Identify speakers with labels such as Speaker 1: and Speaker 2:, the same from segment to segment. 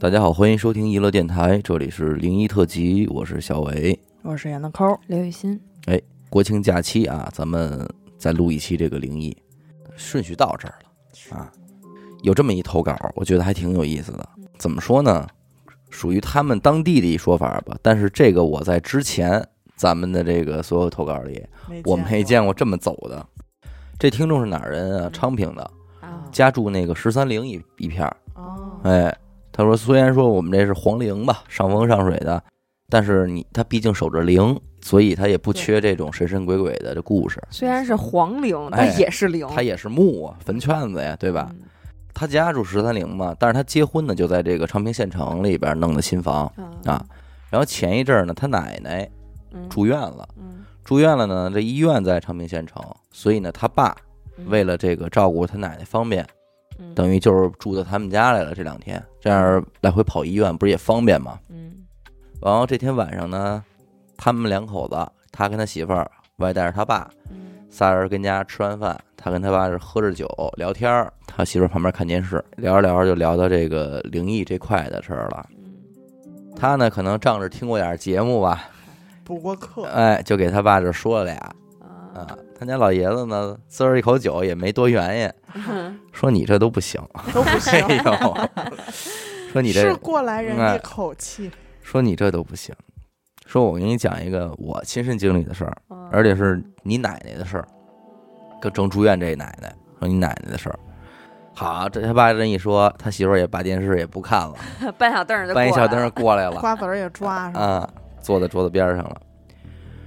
Speaker 1: 大家好，欢迎收听娱乐电台，这里是零一特辑，我是小伟。
Speaker 2: 我是闫德抠儿，
Speaker 3: 刘雨欣，
Speaker 1: 国庆假期啊，咱们再录一期这个灵异，顺序到这儿了啊。有这么一投稿，我觉得还挺有意思的。怎么说呢？属于他们当地的一说法吧。但是这个我在之前咱们的这个所有投稿里，我没见过这么走的。这听众是哪儿人啊？昌平的，
Speaker 3: 啊
Speaker 1: 家住那个十三陵一一片儿。
Speaker 2: 哦，
Speaker 3: 嗯
Speaker 1: 哎，他说虽然说我们这是皇陵吧，上风上水的，但是你他毕竟守着陵，所以他也不缺这种神神鬼鬼的这故事。
Speaker 3: 虽然是皇陵，
Speaker 1: 哎
Speaker 3: 但也是陵，
Speaker 1: 他也是墓啊，坟圈子呀，对
Speaker 3: 对
Speaker 1: 吧？？他家住十三陵嘛，但是他结婚呢就在这个昌平县城里边弄的新房。啊然后前一阵儿呢，他奶奶
Speaker 3: 嗯，
Speaker 1: 住院了，
Speaker 3: 嗯，
Speaker 1: 住院了呢，这医院在昌平县城，所以呢，他爸为了这个照顾他奶奶方便，
Speaker 3: 嗯
Speaker 1: 等于就是住到他们家来了这两天，这样来回跑医院不是也方便吗？
Speaker 3: 嗯
Speaker 1: 然后这天晚上呢，他们两口子，他跟他媳妇儿，外带着他爸，
Speaker 3: 嗯
Speaker 1: 仨人跟家吃完饭，他跟他爸是喝着酒聊天儿，他媳妇儿旁边看电视，聊着聊着就聊到这个灵异这块的事儿了。
Speaker 3: 嗯
Speaker 1: 他呢可能仗着听过点儿节目吧，
Speaker 2: 不 过客，
Speaker 1: 哎，就给他爸这说了俩
Speaker 3: 啊
Speaker 1: 啊。 他家老爷子呢呲儿一口酒也没多原因，说你这都不行，
Speaker 2: 都不
Speaker 1: 哎
Speaker 2: 行，
Speaker 1: 呦，说你
Speaker 2: 是
Speaker 1: 这
Speaker 2: 过来人
Speaker 1: 哎
Speaker 2: 的口气，
Speaker 1: 说你这都不行，说我给你讲一个我亲身经历的事儿。
Speaker 3: 啊
Speaker 1: 而且是你奶奶的事儿，跟正住院这奶奶说你奶奶的事儿。好，这他爸这一说，他媳妇儿也把电视也不看了，
Speaker 3: 搬小凳儿就
Speaker 1: 搬一
Speaker 3: 过
Speaker 1: 小
Speaker 3: 来
Speaker 1: 灯
Speaker 3: 了
Speaker 1: 儿过来了
Speaker 2: 瓜子儿也抓上，
Speaker 1: 啊，坐在桌子边上了。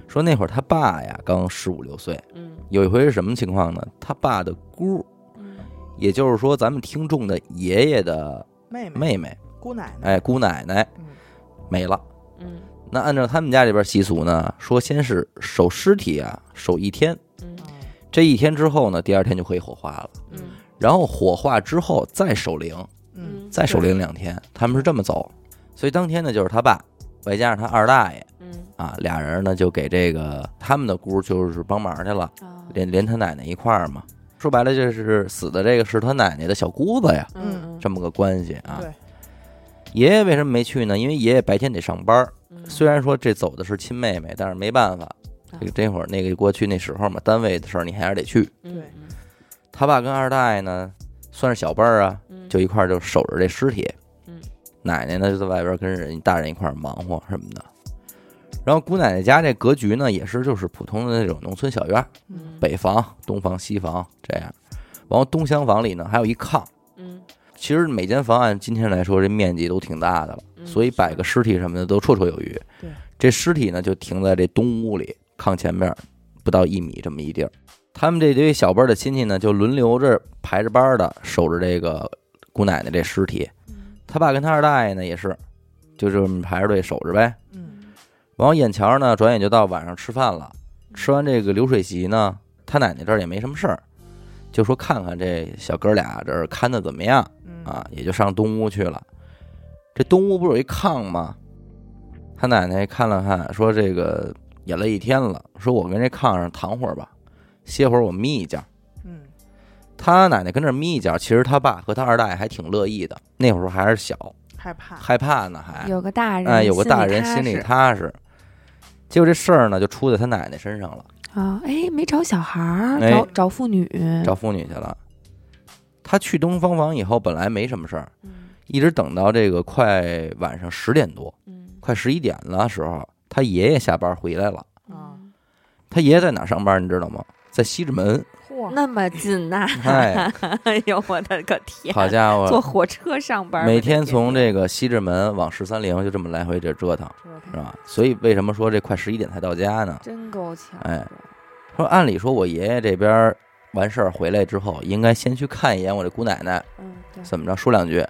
Speaker 1: 说那会儿他爸呀刚十五六岁，
Speaker 3: 嗯
Speaker 1: 有一回是什么情况呢？他爸的姑，
Speaker 3: 嗯
Speaker 1: 也就是说咱们听众的爷爷的
Speaker 2: 妹妹、
Speaker 1: 妹妹，
Speaker 2: 姑奶奶，
Speaker 1: 哎，姑奶奶
Speaker 2: 嗯
Speaker 1: 没了。
Speaker 3: 嗯
Speaker 1: 那按照他们家这边习俗呢，说先是守尸体啊，守一天，
Speaker 3: 嗯
Speaker 1: 这一天之后呢，第二天就可以火化了。
Speaker 3: 嗯
Speaker 1: 然后火化之后再守灵，
Speaker 2: 嗯，
Speaker 1: 再守灵两天，他们是这么走。所以当天呢，就是他爸，外加上他二大爷
Speaker 3: 嗯
Speaker 1: 啊，俩人呢就给这个他们的姑就是帮忙去了，
Speaker 3: 啊
Speaker 1: 连连他奶奶一块儿嘛。说白了，就是死的这个是他奶奶的小姑子呀，
Speaker 3: 嗯
Speaker 1: 这么个关系啊。
Speaker 2: 对，
Speaker 1: 爷爷为什么没去呢？因为爷爷白天得上班儿，
Speaker 3: 嗯
Speaker 1: 虽然说这走的是亲妹妹，但是没办法，
Speaker 3: 啊
Speaker 1: 这个这会儿那个过去那时候嘛，单位的事儿你还是得去。
Speaker 3: 嗯
Speaker 2: 对
Speaker 1: 他爸跟二大爷呢，算是小辈儿啊，
Speaker 3: 嗯
Speaker 1: 就一块儿就守着这尸体。
Speaker 3: 嗯，
Speaker 1: 奶奶呢就在外边跟人大人一块儿忙活什么的。然后姑奶奶家这格局呢，也是就是普通的那种农村小院儿，
Speaker 2: 嗯，
Speaker 1: 北房、东房、西房这样。然后东厢房里呢还有一炕，
Speaker 3: 嗯
Speaker 1: 其实每间房按今天来说这面积都挺大的了，
Speaker 3: 嗯
Speaker 1: 所以摆个尸体什么的都绰绰有余。
Speaker 2: 对，
Speaker 1: 这尸体呢就停在这东屋里炕前面，不到一米这么一地儿。他们这堆小辈儿的亲戚呢，就轮流着排着班儿的守着这个姑奶奶这尸体。
Speaker 3: 嗯
Speaker 1: 他爸跟他二大爷呢也是，就这么排着队守着呗。
Speaker 2: 嗯
Speaker 1: 然后眼瞧呢，转眼就到晚上吃饭了。吃完这个流水席呢，他奶奶这儿也没什么事儿，就说看看这小哥俩这儿看的怎么样
Speaker 2: 嗯
Speaker 1: 啊，也就上东屋去了。这东屋不是有一炕吗？他奶奶看了看，说这个也累一天了，说我跟这炕上躺会儿吧，歇会儿我眯一觉。
Speaker 2: 嗯
Speaker 1: 他奶奶跟这儿眯一觉，其实他爸和他二大爷还挺乐意的，那会儿还是小，
Speaker 2: 害怕，
Speaker 1: 害怕呢还。
Speaker 3: 有个大人
Speaker 1: 啊哎，有个大人心
Speaker 3: 心
Speaker 1: 里
Speaker 3: 踏
Speaker 1: 踏实。结果这事儿呢，就出在他奶奶身上了，
Speaker 3: 实啊，哎，没找小孩儿，
Speaker 1: 哎
Speaker 3: 找找妇女，
Speaker 1: 找妇女去了。他去东方房以后，本来没什么事儿，
Speaker 3: 嗯
Speaker 1: 一直等到这个快晚上十点多，
Speaker 3: 嗯
Speaker 1: 快十一点了时候，他爷爷下班回来了。
Speaker 2: 啊
Speaker 3: 嗯
Speaker 1: 他爷爷在哪上班，你知道吗？在西直门。
Speaker 2: 嚯，
Speaker 3: 那么近呐，
Speaker 1: 哎，
Speaker 3: 哎呦我的个天！
Speaker 1: 好家
Speaker 3: 坐
Speaker 1: 伙，
Speaker 3: 火车上班儿，
Speaker 1: 每
Speaker 3: 我的
Speaker 1: 天从这个西直门往十三陵就这么来回这折腾，是吧？所以为什么说这快十一点才到家呢？
Speaker 3: 真够巧的，
Speaker 1: 哎说按理说，我爷爷这边儿完事儿回来之后，应该先去看一眼我这姑奶奶，
Speaker 3: 嗯，对，
Speaker 1: 怎么着说两句。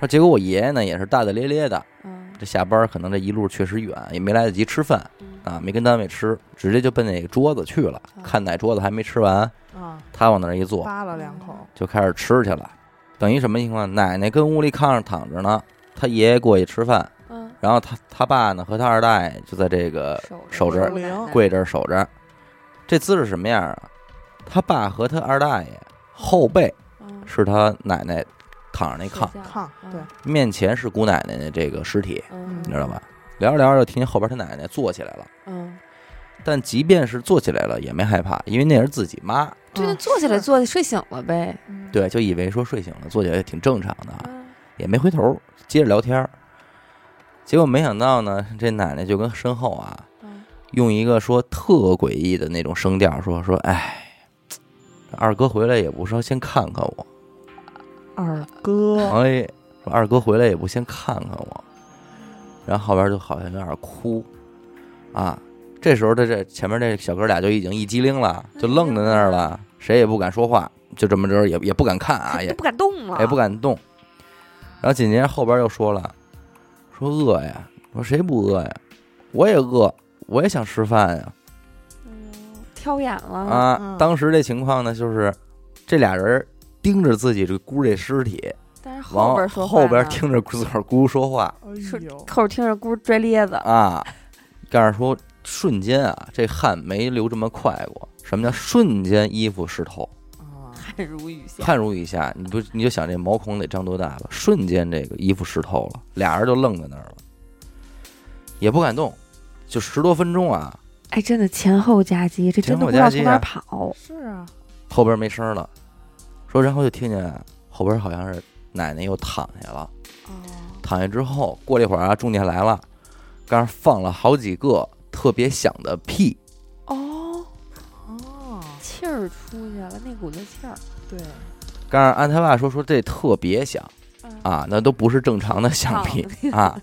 Speaker 1: 说结果我爷爷呢也是大大咧咧的，
Speaker 3: 嗯
Speaker 1: 这下班儿可能这一路确实远，也没来得及吃饭
Speaker 3: 嗯
Speaker 1: 啊，没跟单位吃，直接就奔那个桌子去了。
Speaker 3: 啊
Speaker 1: 看奶桌子还没吃完，
Speaker 2: 啊，
Speaker 1: 他往那儿一坐
Speaker 2: 扒了两口，
Speaker 1: 就开始吃去了。等于什么情况？奶奶跟屋里炕上躺着呢，他爷爷过去吃饭，
Speaker 3: 嗯，
Speaker 1: 然后他他爸呢和他二大爷就在这个呃手指
Speaker 3: 着
Speaker 2: 儿
Speaker 3: 姑奶奶
Speaker 1: 跪这儿守着。这姿势什么样啊？他爸和他二大爷后背
Speaker 3: 嗯
Speaker 1: 是他奶奶炕上那炕，
Speaker 2: 炕对，
Speaker 1: 面前是姑奶奶的这个尸体，
Speaker 3: 嗯，
Speaker 1: 你知道吧？聊着聊着，就听见后边她奶奶坐起来了，
Speaker 3: 嗯，
Speaker 1: 但即便是坐起来了，也没害怕，因为那是自己妈，
Speaker 3: 对，那
Speaker 2: 嗯
Speaker 3: 坐起来
Speaker 2: 是
Speaker 3: 坐睡醒了呗，
Speaker 2: 嗯
Speaker 1: 对，就以为说睡醒了，坐起来也挺正常的啊，
Speaker 3: 嗯
Speaker 1: 也没回头，接着聊天儿。结果没想到呢，这奶奶就跟身后啊，
Speaker 3: 嗯
Speaker 1: 用一个说特诡异的那种声调说说，哎，这二哥回来也不说先看看我，
Speaker 2: 二哥
Speaker 1: 哎，说二哥回来也不先看看我，然后后边就好像有点哭，啊，这时候他这前面这小哥俩就已经一激灵了，就愣在那儿了，谁也不敢说话，就这么着也也不敢看啊，也
Speaker 3: 都不敢动了，
Speaker 1: 也不敢动。然后紧接着后边又说了，说饿呀，我说谁不饿呀？我也饿，我也想吃饭呀。
Speaker 3: 嗯挑眼了，
Speaker 1: 啊
Speaker 2: 嗯，
Speaker 1: 当时这情况呢，就是这俩人盯着自己这姑这尸体，
Speaker 3: 但是后
Speaker 1: 往
Speaker 3: 边说话
Speaker 1: 后边
Speaker 3: 呢，
Speaker 1: 听着自个儿姑说话
Speaker 2: 哎
Speaker 3: 是
Speaker 2: 呦，
Speaker 3: 后边听着咕拽咧子，
Speaker 1: 啊。但是说瞬间啊，这汗没流这么快过。什么叫瞬间衣服湿透，
Speaker 2: 啊
Speaker 3: 汗如雨下，
Speaker 1: 汗如雨下？你不你就想这毛孔得张多大吧？瞬间这个衣服湿透了，俩人就愣在那儿了，也不敢动，就十多分钟啊，
Speaker 3: 哎，真的前后夹击，这真的不知
Speaker 1: 前后夹击啊
Speaker 3: 道从哪儿跑，
Speaker 2: 是啊，
Speaker 1: 后边没声儿了。说然后就听见后边好像是奶奶又躺下了。
Speaker 2: 哦
Speaker 1: 躺下之后，过了一会儿啊，重点来了，刚放了好几个特别响的屁，
Speaker 3: 哦，
Speaker 2: 哦，
Speaker 3: 气儿出去了，那股子气儿，
Speaker 2: 对，
Speaker 1: 刚按他爸说说这特别响
Speaker 3: 嗯
Speaker 1: 啊，那都不是正常的响屁啊，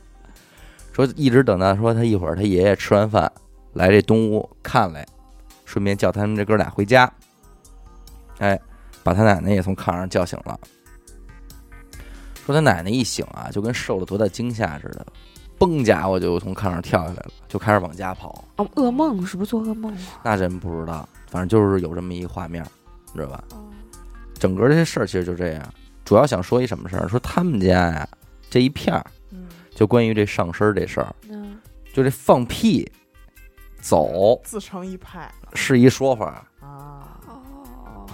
Speaker 1: 说一直等到说他一会儿他爷爷吃完饭来这东屋看来，顺便叫他们这哥俩回家，哎，把他奶奶也从炕上叫醒了。说他奶奶一醒啊，就跟受了多大惊吓似的，嘣家伙就从炕上跳下来了，就开始往家跑。
Speaker 3: 哦，噩梦是不是做噩梦啊了？
Speaker 1: 那真不知道，反正就是有这么一画面儿，你知道吧？
Speaker 3: 哦
Speaker 1: 整个这事儿其实就这样。主要想说一什么事儿？说他们家呀这一片儿，
Speaker 2: 嗯，
Speaker 1: 就关于这上身儿这事儿，
Speaker 3: 嗯，
Speaker 1: 就这放屁走
Speaker 2: 自成一派
Speaker 1: 是一说法，
Speaker 2: 啊，
Speaker 3: 哦，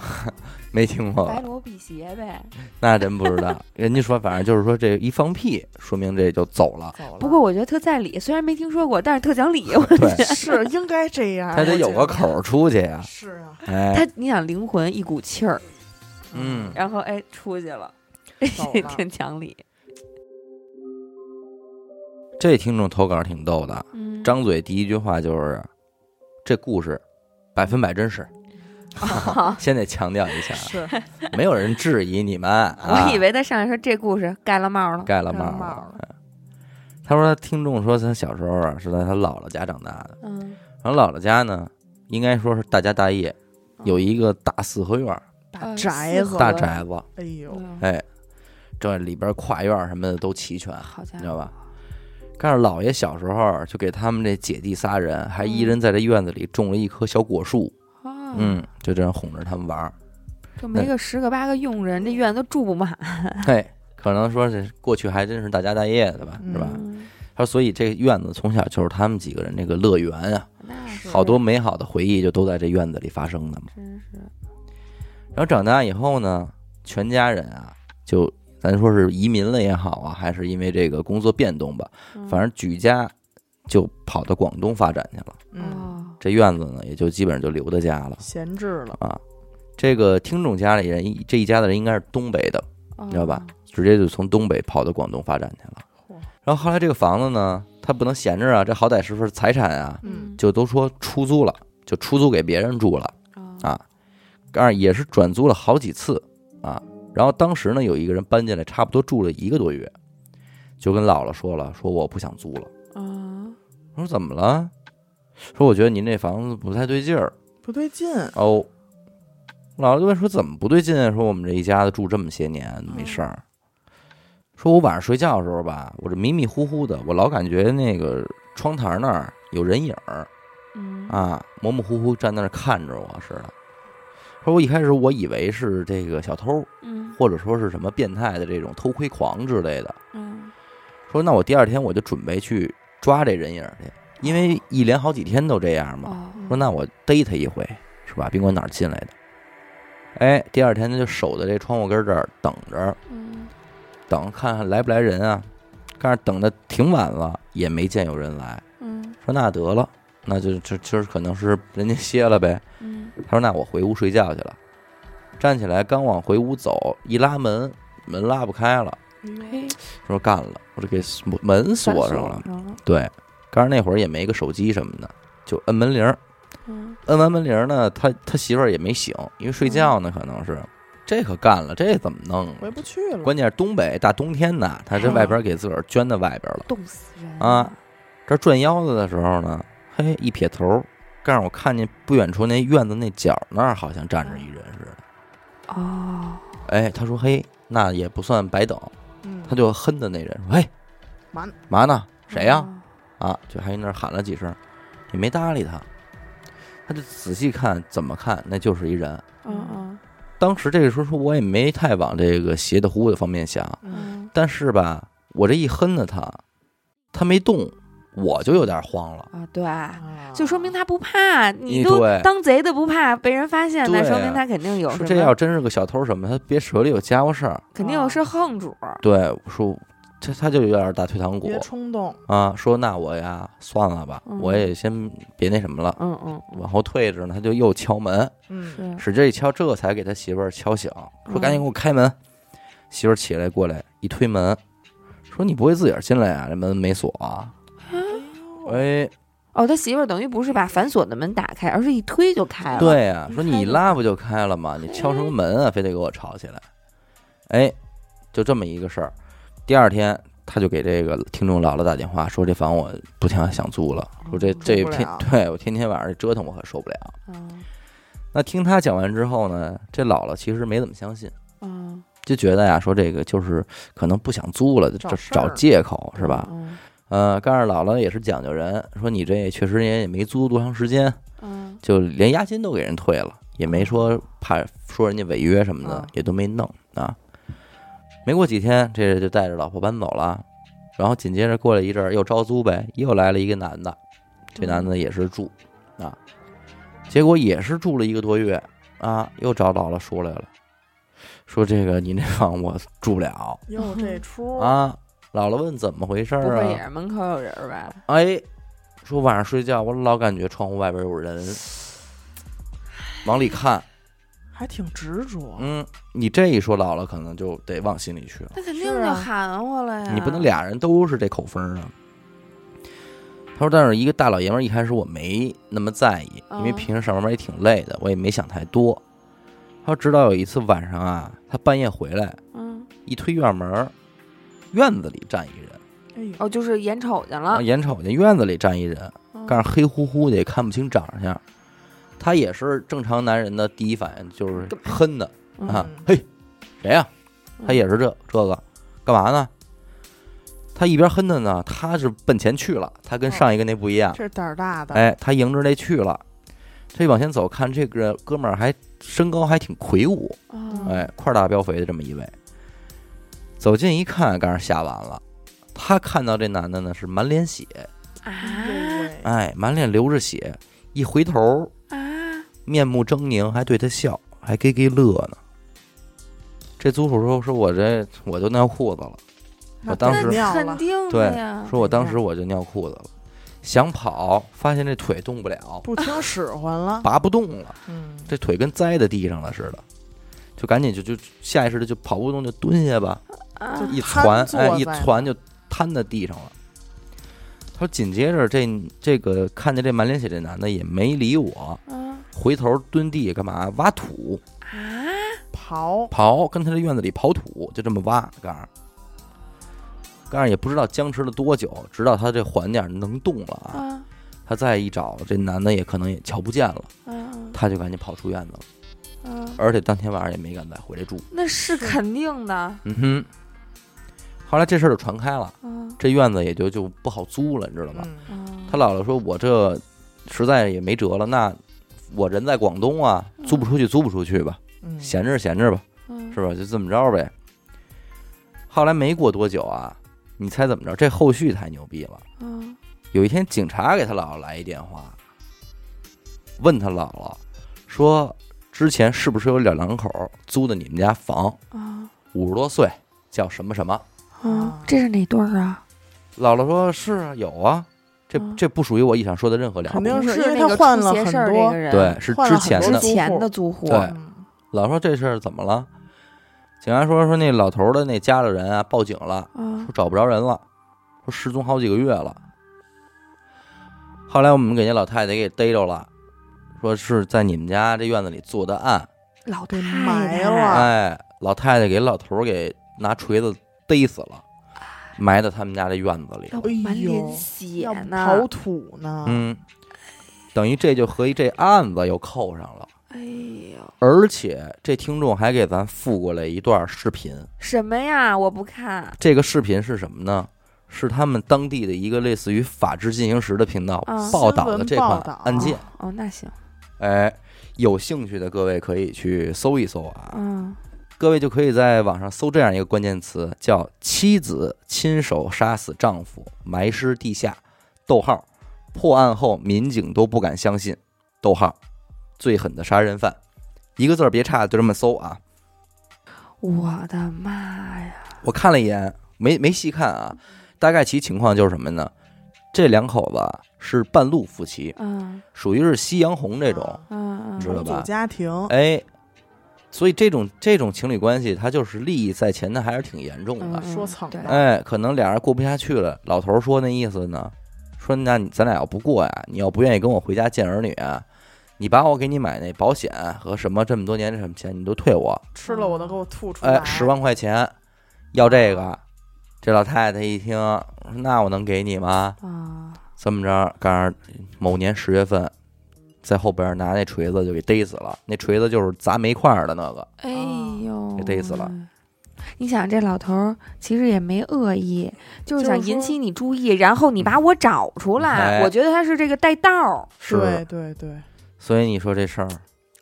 Speaker 1: 没听过
Speaker 3: 白
Speaker 1: 吧？
Speaker 3: 罗辟邪呗。
Speaker 1: 那真不知道。人家说，反正就是说这一放屁，说明这就走了。
Speaker 2: 走了。
Speaker 3: 不过我觉得特在理，虽然没听说过，但是特 讲理。我
Speaker 1: 对，
Speaker 2: 是应该这样，
Speaker 1: 他得有个
Speaker 2: 哎我觉
Speaker 1: 口儿出去呀、
Speaker 2: 是啊，
Speaker 1: 哎，
Speaker 3: 他，你想灵魂一股气儿，
Speaker 1: 嗯，
Speaker 3: 然后哎出去了，
Speaker 2: 走了
Speaker 3: 挺讲理。
Speaker 1: 这听众投稿挺逗的，
Speaker 3: 嗯，
Speaker 1: 张嘴第一句话就是：“这故事百分百真实。”先得强调一下，
Speaker 2: 是
Speaker 1: 没有人质疑你们。啊
Speaker 3: 我以为他上来说这故事盖了帽了，
Speaker 1: 盖了帽
Speaker 2: 帽
Speaker 1: 儿。
Speaker 2: 了，
Speaker 1: 他说，听众说他小时候啊是在他姥姥家长大的，
Speaker 3: 嗯，
Speaker 1: 然后姥姥家呢，应该说是大家大业，有一个大四合院儿、
Speaker 2: 大
Speaker 3: 呃
Speaker 2: 宅
Speaker 3: 四
Speaker 2: 子
Speaker 3: 合，
Speaker 1: 大宅子，
Speaker 2: 哎呦，
Speaker 3: 嗯
Speaker 1: 哎，这里边跨院儿什么的都齐全，
Speaker 3: 好家
Speaker 1: 你知道
Speaker 3: 伙，
Speaker 1: 吧？但是姥爷小时候就给他们这姐弟仨人，还
Speaker 3: 嗯
Speaker 1: 一人在这院子里种了一棵小果树，
Speaker 3: 啊，
Speaker 1: 嗯，就这样哄着他们玩儿。
Speaker 3: 就没个十个八个佣人，这院子都住不满，
Speaker 1: 嘿，可能说是过去还真是大家大业的吧，是吧？
Speaker 3: 嗯
Speaker 1: 他说，所以这院子从小就是他们几个人这个乐园啊，
Speaker 3: 那嗯是
Speaker 1: 好多美好的回忆就都在这院子里发生的嘛。
Speaker 3: 真是
Speaker 1: 然后长大以后呢，全家人啊，就咱说是移民了也好啊，还是因为这个工作变动吧，
Speaker 3: 嗯
Speaker 1: 反正举家就跑到广东发展去了。
Speaker 2: 嗯，
Speaker 3: 哦，
Speaker 1: 这院子呢，也就基本上就留在家了
Speaker 2: 闲置了，
Speaker 1: 啊。这个听众家里人，一这一家的人应该是东北的，
Speaker 3: 你
Speaker 1: 知道吧？直接就从东北跑到广东发展去了。
Speaker 2: 嚯
Speaker 1: 然后后来这个房子呢，他不能闲着啊，这好歹是份财产啊，
Speaker 3: 嗯，
Speaker 1: 就都说出租了，就出租给别人住了。
Speaker 3: 啊
Speaker 1: 啊当然也是转租了好几次啊。然后当时呢，有一个人搬进来，差不多住了一个多月，就跟姥姥说了，说我不想租了。
Speaker 3: 啊，
Speaker 1: 我说怎么了？说我觉得您这房子不太对劲儿
Speaker 2: 不对劲，
Speaker 1: 哦。姥姥就问说怎么不对劲啊？说我们这一家子住这么些年没事儿。说我晚上睡觉的时候吧，我这迷迷糊糊的，我老感觉那个窗台那儿有人影儿，
Speaker 3: 嗯
Speaker 1: 啊，模模糊糊站在那儿看着我似的。说我一开始我以为是这个小偷，
Speaker 3: 嗯
Speaker 1: 或者说是什么变态的这种偷窥狂之类的。
Speaker 3: 嗯，
Speaker 1: 说那我第二天我就准备去抓这人影儿去，因为一连好几天都这样嘛。
Speaker 3: 哦
Speaker 1: 说那我逮他一回，是吧？别管哪儿进来的。哎，第二天他就守在这窗户根儿这儿等着，
Speaker 3: 嗯
Speaker 1: 等看看来不来人啊。但是等的挺晚了，也没见有人来。
Speaker 3: 嗯
Speaker 1: 说那得了，那就就就是可能是人家歇了呗。
Speaker 3: 嗯
Speaker 1: 他说那我回屋睡觉去了。站起来刚往回屋走，一拉门，门拉不开了。
Speaker 3: 嘿，
Speaker 1: 说干了，我这给门锁上了
Speaker 3: 了。，
Speaker 1: 对，刚是那会儿也没个手机什么的，就摁门铃儿。
Speaker 3: 嗯
Speaker 1: 摁完门铃儿呢，他他媳妇儿也没醒，因为睡觉呢，可能是。这可干了，这怎么弄啊？
Speaker 2: 回不去了。
Speaker 1: 关键是东北大冬天呐，他这外边给自个儿捐到外边了。
Speaker 3: 冻死人
Speaker 1: 啊！这转腰子的时候呢，嘿，一撇头，但是我看见不远处那院子那角那儿好像站着一人似的。
Speaker 3: 哦，
Speaker 1: 哎，他说嘿，那也不算白等，
Speaker 2: 嗯
Speaker 1: 他就哼的那人说嘿，
Speaker 2: 嘛呢
Speaker 1: 嘛呢？谁呀、啊？就还那儿喊了几声，也没搭理他。他就仔细看，怎么看那就是一人。
Speaker 3: 嗯？
Speaker 1: 当时这个时候我也没太往这个邪的乎的方面想，
Speaker 2: 嗯，
Speaker 3: 嗯
Speaker 1: 但是吧，我这一哼着他，他没动，我就有点慌了。
Speaker 3: 嗯啊，对，
Speaker 2: 啊
Speaker 3: 就说明他不怕，
Speaker 1: 你
Speaker 3: 你都
Speaker 1: 对
Speaker 3: 当贼的不怕被人发现，那
Speaker 1: 对
Speaker 3: 说
Speaker 1: 啊
Speaker 3: 明他肯定有
Speaker 1: 说
Speaker 3: 什
Speaker 1: 这
Speaker 3: 么
Speaker 1: 要，真是个小偷什么，他别手里有家伙事儿。
Speaker 3: 肯定有事横主。
Speaker 1: 对，我说他他就有点大退堂鼓
Speaker 2: 别冲动，
Speaker 1: 啊，说那我呀算了吧，
Speaker 3: 嗯
Speaker 1: 我也先别那什么了，
Speaker 3: 嗯嗯
Speaker 1: 往后退着呢，他就又敲门，
Speaker 2: 嗯，
Speaker 3: 嗯，是，
Speaker 1: 使劲一敲，这才给他媳妇儿敲醒，说
Speaker 3: 嗯
Speaker 1: 赶紧给我开门。媳妇儿起来过来一推门，说你不会自个儿进来啊？这门没锁啊？
Speaker 2: 啊
Speaker 1: 哎，
Speaker 3: 哦，他媳妇儿等于不是把反锁的门打开，而是一推就开了。，
Speaker 1: 对呀、说
Speaker 3: 开
Speaker 1: 你
Speaker 3: 就
Speaker 1: 拉不就开了吗？你敲什么门啊？非得给我吵起来？哎，就这么一个事儿。第二天他就给这个听众姥姥打电话，说这房我不想想租了，说这
Speaker 3: 嗯
Speaker 1: 这
Speaker 2: 哦受不
Speaker 1: 天
Speaker 2: 了
Speaker 1: 对我天天晚上折腾我可受不了。
Speaker 3: 嗯
Speaker 1: 那听他讲完之后呢，这姥姥其实没怎么相信，
Speaker 3: 嗯，
Speaker 1: 就觉得呀，说这个就是可能不想租了，
Speaker 2: 找
Speaker 1: 找
Speaker 2: 事
Speaker 1: 找
Speaker 2: 儿
Speaker 1: 借口是吧？
Speaker 3: 嗯
Speaker 1: 呃，但是姥姥也是讲究人，说你这确实人家也没租多长时间，
Speaker 3: 嗯
Speaker 1: 就连押金都给人退了，也没说怕说人家违约什么的
Speaker 2: 嗯
Speaker 3: 啊，
Speaker 1: 也都没弄啊。没过几天，这人就带着老婆搬走了，然后紧接着过了一阵儿又招租呗，又来了一个男的，
Speaker 3: 嗯
Speaker 1: 这男的也是住啊，结果也是住了一个多月啊，又找姥姥说来了，说这个您这房我住不了
Speaker 2: 又这
Speaker 3: 嗯
Speaker 2: 出，
Speaker 1: 啊。姥姥问怎么回事
Speaker 3: 不
Speaker 1: 儿
Speaker 3: 会也
Speaker 1: 啊？
Speaker 3: 是门口有人吧？
Speaker 1: 哎，说晚上睡觉我老感觉窗户外边有人，往里看。
Speaker 2: 还挺执着，
Speaker 1: 嗯，你这一说姥姥，可能就得往心里去了。
Speaker 3: 那肯
Speaker 2: 是
Speaker 3: 定就
Speaker 2: 啊
Speaker 3: 含糊了呀。
Speaker 1: 你不能俩人都是这口风儿啊。他说：“但是一个大老爷们儿，一开始我没那么在意，因为
Speaker 3: 嗯
Speaker 1: 平时上班也挺累的，我也没想太多。”他说：“直到有一次晚上啊，他半夜回来，
Speaker 3: 嗯，
Speaker 1: 一推院门儿，院子里站一人，
Speaker 2: 哎呦，
Speaker 1: 啊
Speaker 3: 哦，就是眼瞅见
Speaker 1: 然后
Speaker 3: 了，
Speaker 1: 眼瞅见院子里站一人，
Speaker 3: 嗯
Speaker 1: 但是黑乎乎的也看不清长相。他也是正常男人的第一反应就是
Speaker 3: 干嘛
Speaker 1: 哼的啊
Speaker 2: 嗯，
Speaker 1: 嘿，谁呀、他
Speaker 3: 嗯
Speaker 1: 也是这这个，干嘛呢？他一边哼着呢，他是奔前去了，他跟上一个那不一样，
Speaker 2: 这胆儿大的，
Speaker 1: 哎，他迎着那去了。这往前走，看这个哥们儿还身高还挺魁梧，
Speaker 3: 嗯
Speaker 1: 哎，块大膘肥的这么一位。走近一看，刚是吓完了。他看到这男的呢是满脸血，
Speaker 3: 啊
Speaker 2: 哎呦喂，
Speaker 1: 哎，满脸流着血，一回头
Speaker 3: 啊，
Speaker 1: 面目狰狞，还对他笑，还给给乐呢。这租户说：“说我这我都尿裤子了。”
Speaker 2: 那
Speaker 1: 我当
Speaker 2: 太
Speaker 1: 时
Speaker 2: 妙
Speaker 3: 肯
Speaker 2: 了，
Speaker 3: 定的
Speaker 1: 对
Speaker 3: 呀。啊
Speaker 1: 说我当时我就尿裤子了，想跑，发现这腿动不了，
Speaker 2: 不听使唤了，
Speaker 1: 拔不动了，
Speaker 2: 嗯，
Speaker 1: 这腿跟栽在地上了似的，就赶紧就就下意识的就跑不动就蹲下吧，
Speaker 3: 啊
Speaker 2: 就
Speaker 1: 一攒
Speaker 2: 瘫坐
Speaker 1: 哎一
Speaker 2: 在
Speaker 1: 攒就瘫在地上了。他说紧接着这这个看见这满脸血这男的也没理我，
Speaker 3: 啊
Speaker 1: 回头蹲地干嘛挖土
Speaker 3: 啊！
Speaker 2: 刨，
Speaker 1: 刨，跟他这院子里刨土就这么挖，干儿。但是也不知道僵持了多久，直到他这缓点儿能动了啊，
Speaker 2: 嗯
Speaker 3: 啊
Speaker 1: 他再一找，这男的也可能也瞧不见了，
Speaker 3: 啊
Speaker 1: 他就赶紧跑出院子了，
Speaker 3: 啊！
Speaker 1: 而且当天晚上也没敢再回来住。
Speaker 3: 那是肯定的。
Speaker 1: 嗯哼，后来这事儿就传开了，
Speaker 3: 嗯
Speaker 1: 这院子也就就不好租了，你知道吗？
Speaker 2: 嗯，
Speaker 3: 嗯，
Speaker 1: 他姥姥说：“我这实在也没辙了，那我人在广东啊，租不出去，租不出去吧，
Speaker 2: 嗯
Speaker 1: 闲着闲着吧，
Speaker 3: 嗯
Speaker 1: 是吧？就这么着呗。”后来没过多久啊，你猜怎么着？这后续太牛逼了。
Speaker 3: 嗯
Speaker 1: 有一天，警察给他姥姥来一电话，问他姥姥说：“之前是不是有两两口租的你们家房？
Speaker 3: 啊
Speaker 1: 五十多岁，叫什么什么。
Speaker 3: 啊，这是哪对儿啊？
Speaker 1: 姥姥说：“是啊，有啊，这
Speaker 3: 啊
Speaker 1: 这不属于我以上说的任何两
Speaker 2: 哦肯
Speaker 1: 个。
Speaker 2: 定
Speaker 3: 不
Speaker 2: 是因为
Speaker 3: 那
Speaker 2: 他
Speaker 3: 个
Speaker 2: 换
Speaker 3: 出
Speaker 2: 了
Speaker 3: 邪
Speaker 2: 很
Speaker 3: 事儿
Speaker 2: 多
Speaker 3: 这个”人，
Speaker 1: 对，是
Speaker 2: 换
Speaker 1: 之
Speaker 2: 了很
Speaker 1: 前
Speaker 2: 多
Speaker 1: 的
Speaker 3: 之
Speaker 2: 租户
Speaker 3: 前的租户，
Speaker 1: 对姥说这事儿怎么了？警察说说那老头儿的那家里人啊报警了，
Speaker 3: 啊
Speaker 1: 说找不着人了，说失踪好几个月了。后来我们给那老太太给逮着了，说是在你们家这院子里做的案。
Speaker 3: 老
Speaker 2: 给
Speaker 3: 太
Speaker 2: 埋
Speaker 3: 太
Speaker 2: 了啊
Speaker 1: 哎，老太太给老头儿给拿锤子逮死了，埋在他们家这院子里。
Speaker 3: 要
Speaker 2: 哎呦
Speaker 3: 满脸血
Speaker 2: 要刨
Speaker 3: 呢，
Speaker 2: 土呢，
Speaker 1: 嗯，等于这就合计这案子又扣上了。
Speaker 3: 哎呦，
Speaker 1: 而且这听众还给咱附过来一段视频，
Speaker 3: 什么呀？我不看
Speaker 1: 这个视频是什么呢？是他们当地的一个类似于《法制进行时》的频道、
Speaker 3: 啊
Speaker 1: 报道的这款
Speaker 2: 新闻报道
Speaker 1: 案件。
Speaker 3: 哦，哦那行，
Speaker 1: 哎，有兴趣的各位可以去搜一搜啊，
Speaker 3: 嗯，
Speaker 1: 各位就可以在网上搜这样一个关键词，叫“妻子亲手杀死丈夫，埋尸地下”，逗号，破案后民警都不敢相信，逗号，最狠的杀人犯，一个字儿别差，就这么搜啊。
Speaker 3: 我的妈呀，
Speaker 1: 我看了一眼，没没细看啊，大概其情况就是什么呢？这两口子啊是半路夫妻，
Speaker 3: 嗯
Speaker 1: 属于是夕阳红这种，
Speaker 2: 啊
Speaker 3: 嗯
Speaker 1: 知道
Speaker 2: 重
Speaker 3: 嗯，
Speaker 1: 吧
Speaker 2: 组家庭，
Speaker 1: 哎，所以这种这种情侣关系，它就是利益在前，的，还是挺严重的。
Speaker 3: 嗯
Speaker 2: 说蹭
Speaker 3: 对
Speaker 2: 的，
Speaker 1: 哎，可能俩人过不下去了，老头儿说那意思呢，说那你咱俩要不过呀，你要不愿意跟我回家见儿女啊，你把我给你买那保险和什么这么多年的什么钱，你都退我，
Speaker 2: 吃了我都给我吐出来，
Speaker 1: 哎，十万块钱，要这个。这老太太一听，那我能给你吗？
Speaker 3: 啊，
Speaker 1: 这么着，赶上某年十月份，在后边拿那锤子就给逮死了。那锤子就是砸煤块儿的那个。
Speaker 3: 哎呦，
Speaker 1: 给逮死了。
Speaker 3: 你想这老头儿其实也没恶意，就是想
Speaker 2: 就是
Speaker 3: 引
Speaker 2: 说
Speaker 3: 起你注意，然后你把我找出来。
Speaker 1: 哎
Speaker 3: 我觉得他是这个带道儿，
Speaker 2: 对，对对，
Speaker 1: 所以你说这事儿，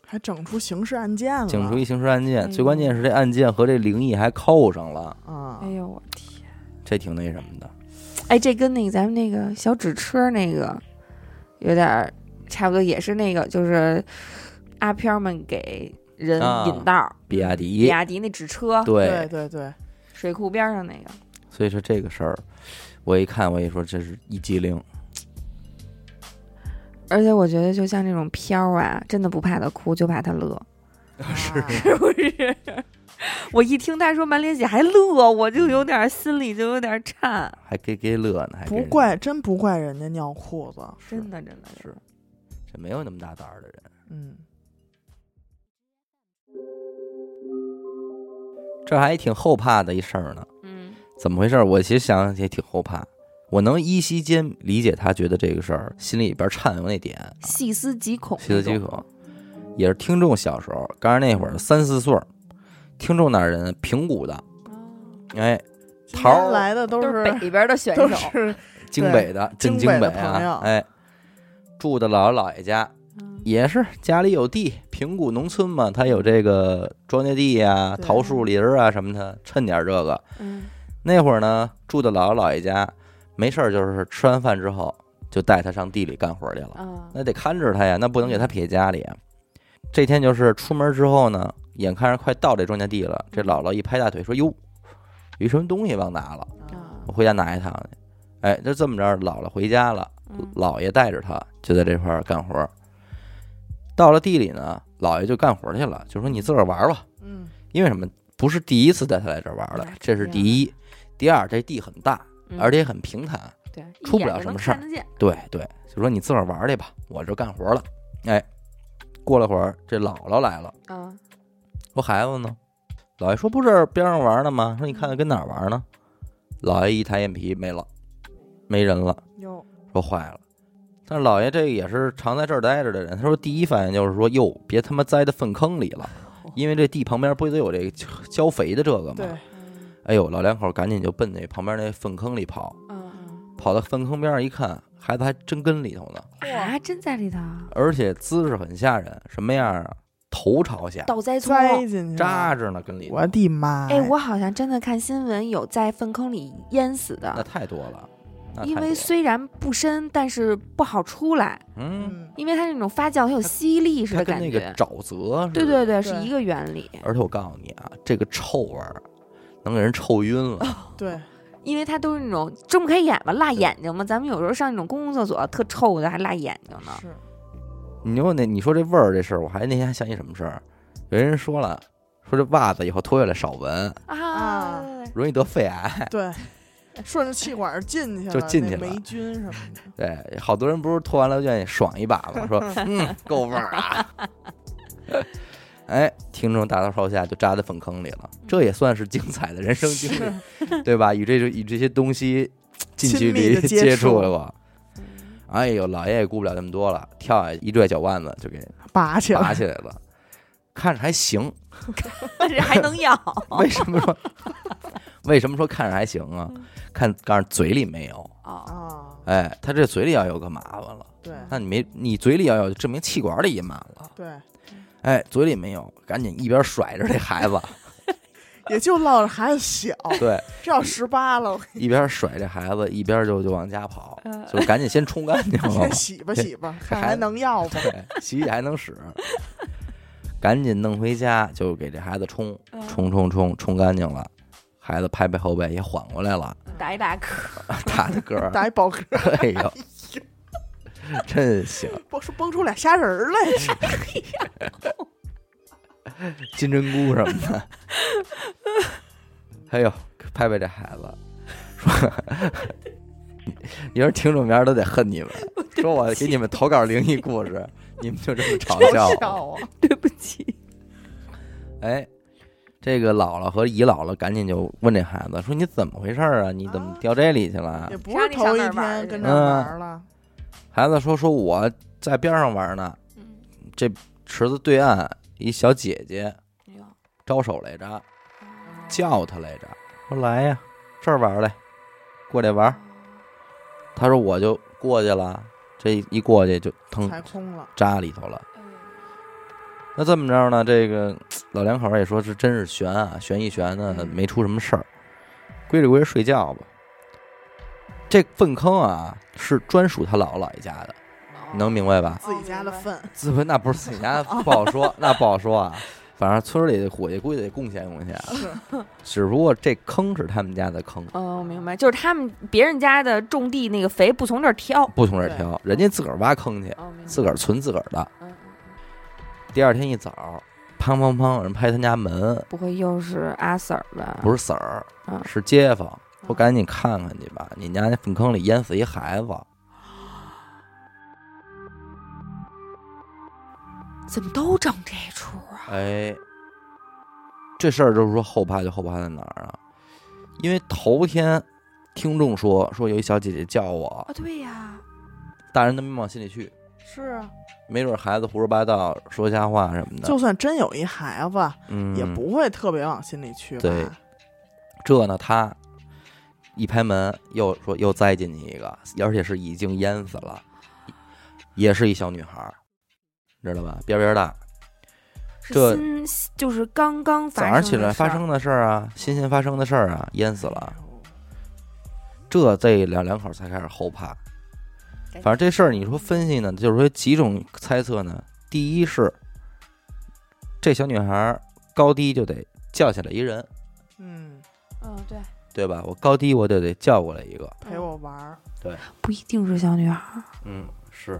Speaker 2: 还整出刑事案件了，
Speaker 1: 警出一刑事案
Speaker 3: 哎
Speaker 2: 嗯
Speaker 1: 件，
Speaker 3: 呦
Speaker 1: 最关键是这案件和这灵异还扣上了，
Speaker 2: 啊
Speaker 3: 哎，呦我天！
Speaker 1: 这挺那什么的。
Speaker 2: 嗯
Speaker 3: 哎，这跟那个咱们那个小纸车那个有点儿差不多，也是那个就是阿飘们给人
Speaker 1: 啊
Speaker 3: 引道儿，
Speaker 1: 比亚迪，
Speaker 3: 比亚迪那纸车，
Speaker 2: 对
Speaker 1: 对，
Speaker 2: 对对，
Speaker 3: 水库边上那个，
Speaker 1: 所以说这个事儿，我一看我一说这是一激 灵，
Speaker 3: 而且我觉得就像这种飘儿啊，真的不怕他哭，就怕他乐， 啊
Speaker 2: 是
Speaker 3: 是不是？我一听他说满脸血还乐，我就有点儿心里就有点儿颤，
Speaker 1: 还给给乐呢，还给
Speaker 2: 不怪，真不怪人家尿裤子，
Speaker 1: 是
Speaker 3: 真的真的
Speaker 1: 是，这没有那么大胆儿的人。
Speaker 2: 嗯，
Speaker 1: 这还挺后怕的一事儿呢。
Speaker 3: 嗯
Speaker 1: 怎么回事儿？我其实想想也挺后怕。我能依稀间理解他觉得这个事儿心里边颤悠那点，
Speaker 3: 细思极恐那
Speaker 1: 细
Speaker 3: 种，
Speaker 1: 思极恐。也是听众小时候，刚才那会儿三四岁儿，听众那儿人平谷的，
Speaker 3: 哦
Speaker 1: 哎，
Speaker 2: 今
Speaker 1: 桃
Speaker 2: 天
Speaker 1: 儿
Speaker 2: 来的都
Speaker 3: 都
Speaker 2: 是
Speaker 3: 是 北边的选
Speaker 2: 都
Speaker 3: 手，
Speaker 2: 是
Speaker 1: 京北的，
Speaker 2: 对
Speaker 1: 真京
Speaker 2: 京北的朋友
Speaker 1: 啊，哎，住的姥姥姥爷家，
Speaker 3: 嗯
Speaker 1: 也是家里有地，平谷农村嘛，他有这个庄稼地呀、
Speaker 2: 对
Speaker 1: 桃树林儿啊什么的，趁点儿这个。
Speaker 3: 嗯
Speaker 1: 那会儿呢，住的姥姥姥爷家，没事儿就是吃完饭之后就带他上地里干活去了，
Speaker 3: 啊
Speaker 1: 那得看着他呀，那不能给他撇家里。啊这天就是出门之后呢，眼看着快到这庄稼地了，这姥姥一拍大腿说：“哟，有一什么东西忘拿了，
Speaker 3: 啊
Speaker 1: 我回家拿一趟去。”哎，就这么着，姥姥回家了，
Speaker 3: 嗯
Speaker 1: 姥爷带着他就在这块儿干活。到了地里呢，姥爷就干活去了，就说：“你自个儿玩吧。”
Speaker 2: 嗯，
Speaker 1: 因为什么？不是第一次带他来这儿玩了
Speaker 3: 哎，
Speaker 1: 这是第一。第二，这地很大，
Speaker 3: 嗯
Speaker 1: 而且很平坦。
Speaker 3: 对，一
Speaker 1: 出不
Speaker 3: 眼
Speaker 1: 了
Speaker 3: 就
Speaker 1: 什
Speaker 3: 能
Speaker 1: 么事儿
Speaker 3: 看得见
Speaker 1: 对对，就说你自个儿玩去吧，我这干活了。哎，过了会儿，这姥姥来了，
Speaker 3: 啊，
Speaker 1: 说孩子呢？姥爷说不是边上玩呢吗？说你看看跟哪儿玩呢？姥爷一抬眼皮没了，没人了，
Speaker 2: 哟，
Speaker 1: 说坏了。但是姥爷这也是常在这儿待着的人，他说第一反应就是说哟，别他妈栽到粪坑里了，因为这地旁边不都有这个浇肥的这个吗？
Speaker 2: 对，
Speaker 3: 嗯
Speaker 1: 哎呦，老两口赶紧就奔那旁边那粪坑里跑，
Speaker 3: 嗯
Speaker 1: 跑到粪坑边上一看，孩子还真跟里头呢，
Speaker 3: 啊，真在里头
Speaker 1: 而且姿势很吓人，什么样啊？头朝下，
Speaker 3: 倒栽葱。
Speaker 2: 栽进去
Speaker 1: 扎
Speaker 2: 了，
Speaker 1: 着呢，跟里头，
Speaker 2: 嗯我的妈呀，
Speaker 3: 哎，我好像真的看新闻有在粪坑里淹死
Speaker 1: 那
Speaker 3: 的，
Speaker 1: 太多了，那太
Speaker 3: 因
Speaker 1: 多
Speaker 3: 为
Speaker 1: 了
Speaker 3: 虽然不深，但是不好出来，
Speaker 1: 嗯，
Speaker 2: 嗯，
Speaker 3: 因为它那种发酵很有吸力似
Speaker 1: 它
Speaker 3: 的
Speaker 1: 跟
Speaker 3: 感
Speaker 1: 那个
Speaker 3: 觉。
Speaker 1: 沼泽似的，
Speaker 3: 对对
Speaker 2: 对
Speaker 3: 对，是一个原理。
Speaker 1: 而且我告诉你啊，这个臭味儿，能给人臭晕 了。
Speaker 2: 对，
Speaker 3: 因为它都是那种睁不开眼吧，辣眼睛嘛。咱们有时候上那种公共厕所特臭的，还辣眼睛呢。
Speaker 2: 是
Speaker 1: 你说那你说这味儿这事儿，我还那天还想起什么事儿，有人说了，说这袜子以后脱下来少闻，
Speaker 3: 啊，
Speaker 1: 容易得肺癌。
Speaker 2: 对，顺着气管儿进去了，
Speaker 1: 就进
Speaker 2: 那
Speaker 1: 去了
Speaker 2: 霉菌什么的，
Speaker 1: 对，好多人不是脱完了就愿意爽一把 嘛，说嗯够味儿啊。 哎，听众大大少下就扎在粪坑里
Speaker 2: 嗯
Speaker 1: 了，这也算是精彩的人生经历，对吧？与这与这些东西近距
Speaker 2: 亲密
Speaker 1: 离
Speaker 2: 地接
Speaker 1: 接触
Speaker 2: 触嗯
Speaker 1: 过，哎呦，老爷也顾不了那么多了，跳下一拽脚腕子就给
Speaker 2: 拔起
Speaker 1: 拔
Speaker 2: 来，
Speaker 1: 起来 了，看着还行。
Speaker 3: 但是还能咬。
Speaker 1: 为什么说 为什么说看着还行啊？
Speaker 2: 嗯
Speaker 1: 看告诉嘴里没有，
Speaker 3: 哦，
Speaker 2: 啊，
Speaker 1: 哎，他这嘴里要有可麻烦了。
Speaker 2: 对
Speaker 1: 那你没你嘴里要有，证明气管里也满了。
Speaker 2: 对，
Speaker 1: 哎，嘴里没有，赶紧一边甩着这孩 子，
Speaker 2: 也就落着孩子小，
Speaker 1: 对，
Speaker 2: 这要十八了，我
Speaker 1: 一边甩这孩子，一边就就往家跑，
Speaker 3: 呃
Speaker 1: 就赶紧先冲干净 了
Speaker 2: 先。洗吧洗吧，看
Speaker 1: 哦孩
Speaker 2: 还
Speaker 1: 子
Speaker 2: 能要吧，
Speaker 1: 对，洗洗还能使，赶紧弄回家，就给这孩子冲冲冲冲冲干净了。孩子拍拍后背也缓过来了，
Speaker 3: 打一打嗝，
Speaker 1: 打的嗝 儿，
Speaker 2: 打一饱嗝，
Speaker 1: 哎呦，真行！
Speaker 2: 蹦出蹦出俩虾仁儿来，
Speaker 1: 金针菇什么 的。哎呦，拍拍这孩子， 说，你说听众名儿都得恨你们，说我给你们投稿灵异故事，你们就这么 嘲笑我。
Speaker 2: 笑啊，
Speaker 3: 对不起。
Speaker 1: 哎，这个姥姥和姨姥姥赶紧就问这孩子说：“你怎么回事儿啊？你怎么掉这里去了
Speaker 2: 也不是头一天跟着玩
Speaker 1: 嗯
Speaker 2: 儿了，？”
Speaker 1: 孩子说：“说我在边上玩呢，
Speaker 3: 嗯，
Speaker 1: 池子对岸一小姐姐
Speaker 3: 哎呦
Speaker 1: 招手来着，叫他来着，说来呀，这儿玩儿来，过来玩
Speaker 3: 嗯
Speaker 1: 儿。他说我就过去了，这一过去就腾
Speaker 2: 踩空了，
Speaker 1: 扎里头了。
Speaker 3: 哎呦
Speaker 1: 那这么着呢，这个老两口儿也说是真是悬啊，悬一悬呢，
Speaker 3: 嗯
Speaker 1: 没出什么事儿，归着归着睡觉吧。这粪坑啊，是专属他姥姥姥爷家的，
Speaker 2: 哦
Speaker 1: 你能明白吧？
Speaker 2: 自己家的粪，
Speaker 1: 自不那不是自己家不好 说，那不好说啊。反正村儿里的伙计估计得贡献贡献啊，
Speaker 2: 是
Speaker 1: 只不过这坑是他们家的坑，
Speaker 3: 哦，我明白，就是他们别人家的种地那个肥不从这儿挑，
Speaker 1: 不从这儿
Speaker 2: 对
Speaker 1: 挑，人家自个儿挖坑去，
Speaker 3: 哦，明白
Speaker 1: 自个儿存自个儿的。
Speaker 3: 嗯，嗯嗯
Speaker 1: 第二天一早，砰砰砰，有人拍他家门，
Speaker 3: 不会又是阿 Sir 吧？
Speaker 1: 不
Speaker 3: 是，
Speaker 1: 是婶儿
Speaker 3: 嗯，
Speaker 1: 是街坊，说赶紧看看去吧，你家那粪坑里淹死一孩子。
Speaker 3: 怎么都整这出啊？
Speaker 1: 哎，这事儿就是说后怕就后怕在哪儿啊？因为头天听众说说有一小姐姐叫我，
Speaker 3: 啊，对呀，
Speaker 1: 大人都没往心里去，
Speaker 2: 是啊，
Speaker 1: 没准孩子胡说八道说瞎话什么的，
Speaker 2: 就算真有一孩子，
Speaker 1: 嗯，
Speaker 2: 也不会特别往心里去吧，
Speaker 1: 对这呢，他一拍门，又说又栽进去一个，而且是已经淹死了，也是一小女孩儿，知道吧？边边大，
Speaker 3: 是
Speaker 1: 这
Speaker 3: 新就是刚刚
Speaker 1: 早
Speaker 3: 发
Speaker 1: 上
Speaker 3: 生
Speaker 1: 起来
Speaker 3: 的事
Speaker 1: 发
Speaker 3: 儿
Speaker 1: 生的事儿啊，新鲜发生的事儿啊，淹死了。
Speaker 2: 哎呦。
Speaker 1: 这这两两口才开始后怕。
Speaker 3: 赶紧
Speaker 1: 反正这事儿，你说分析呢，就是说几种猜测呢。第一是这小女孩儿高低就得叫起来一人，
Speaker 2: 嗯，
Speaker 3: 嗯，对，
Speaker 1: 对吧？我高低我就得叫过来一个。
Speaker 2: 陪我玩儿，
Speaker 3: 不一定是小女孩儿，
Speaker 1: 嗯，是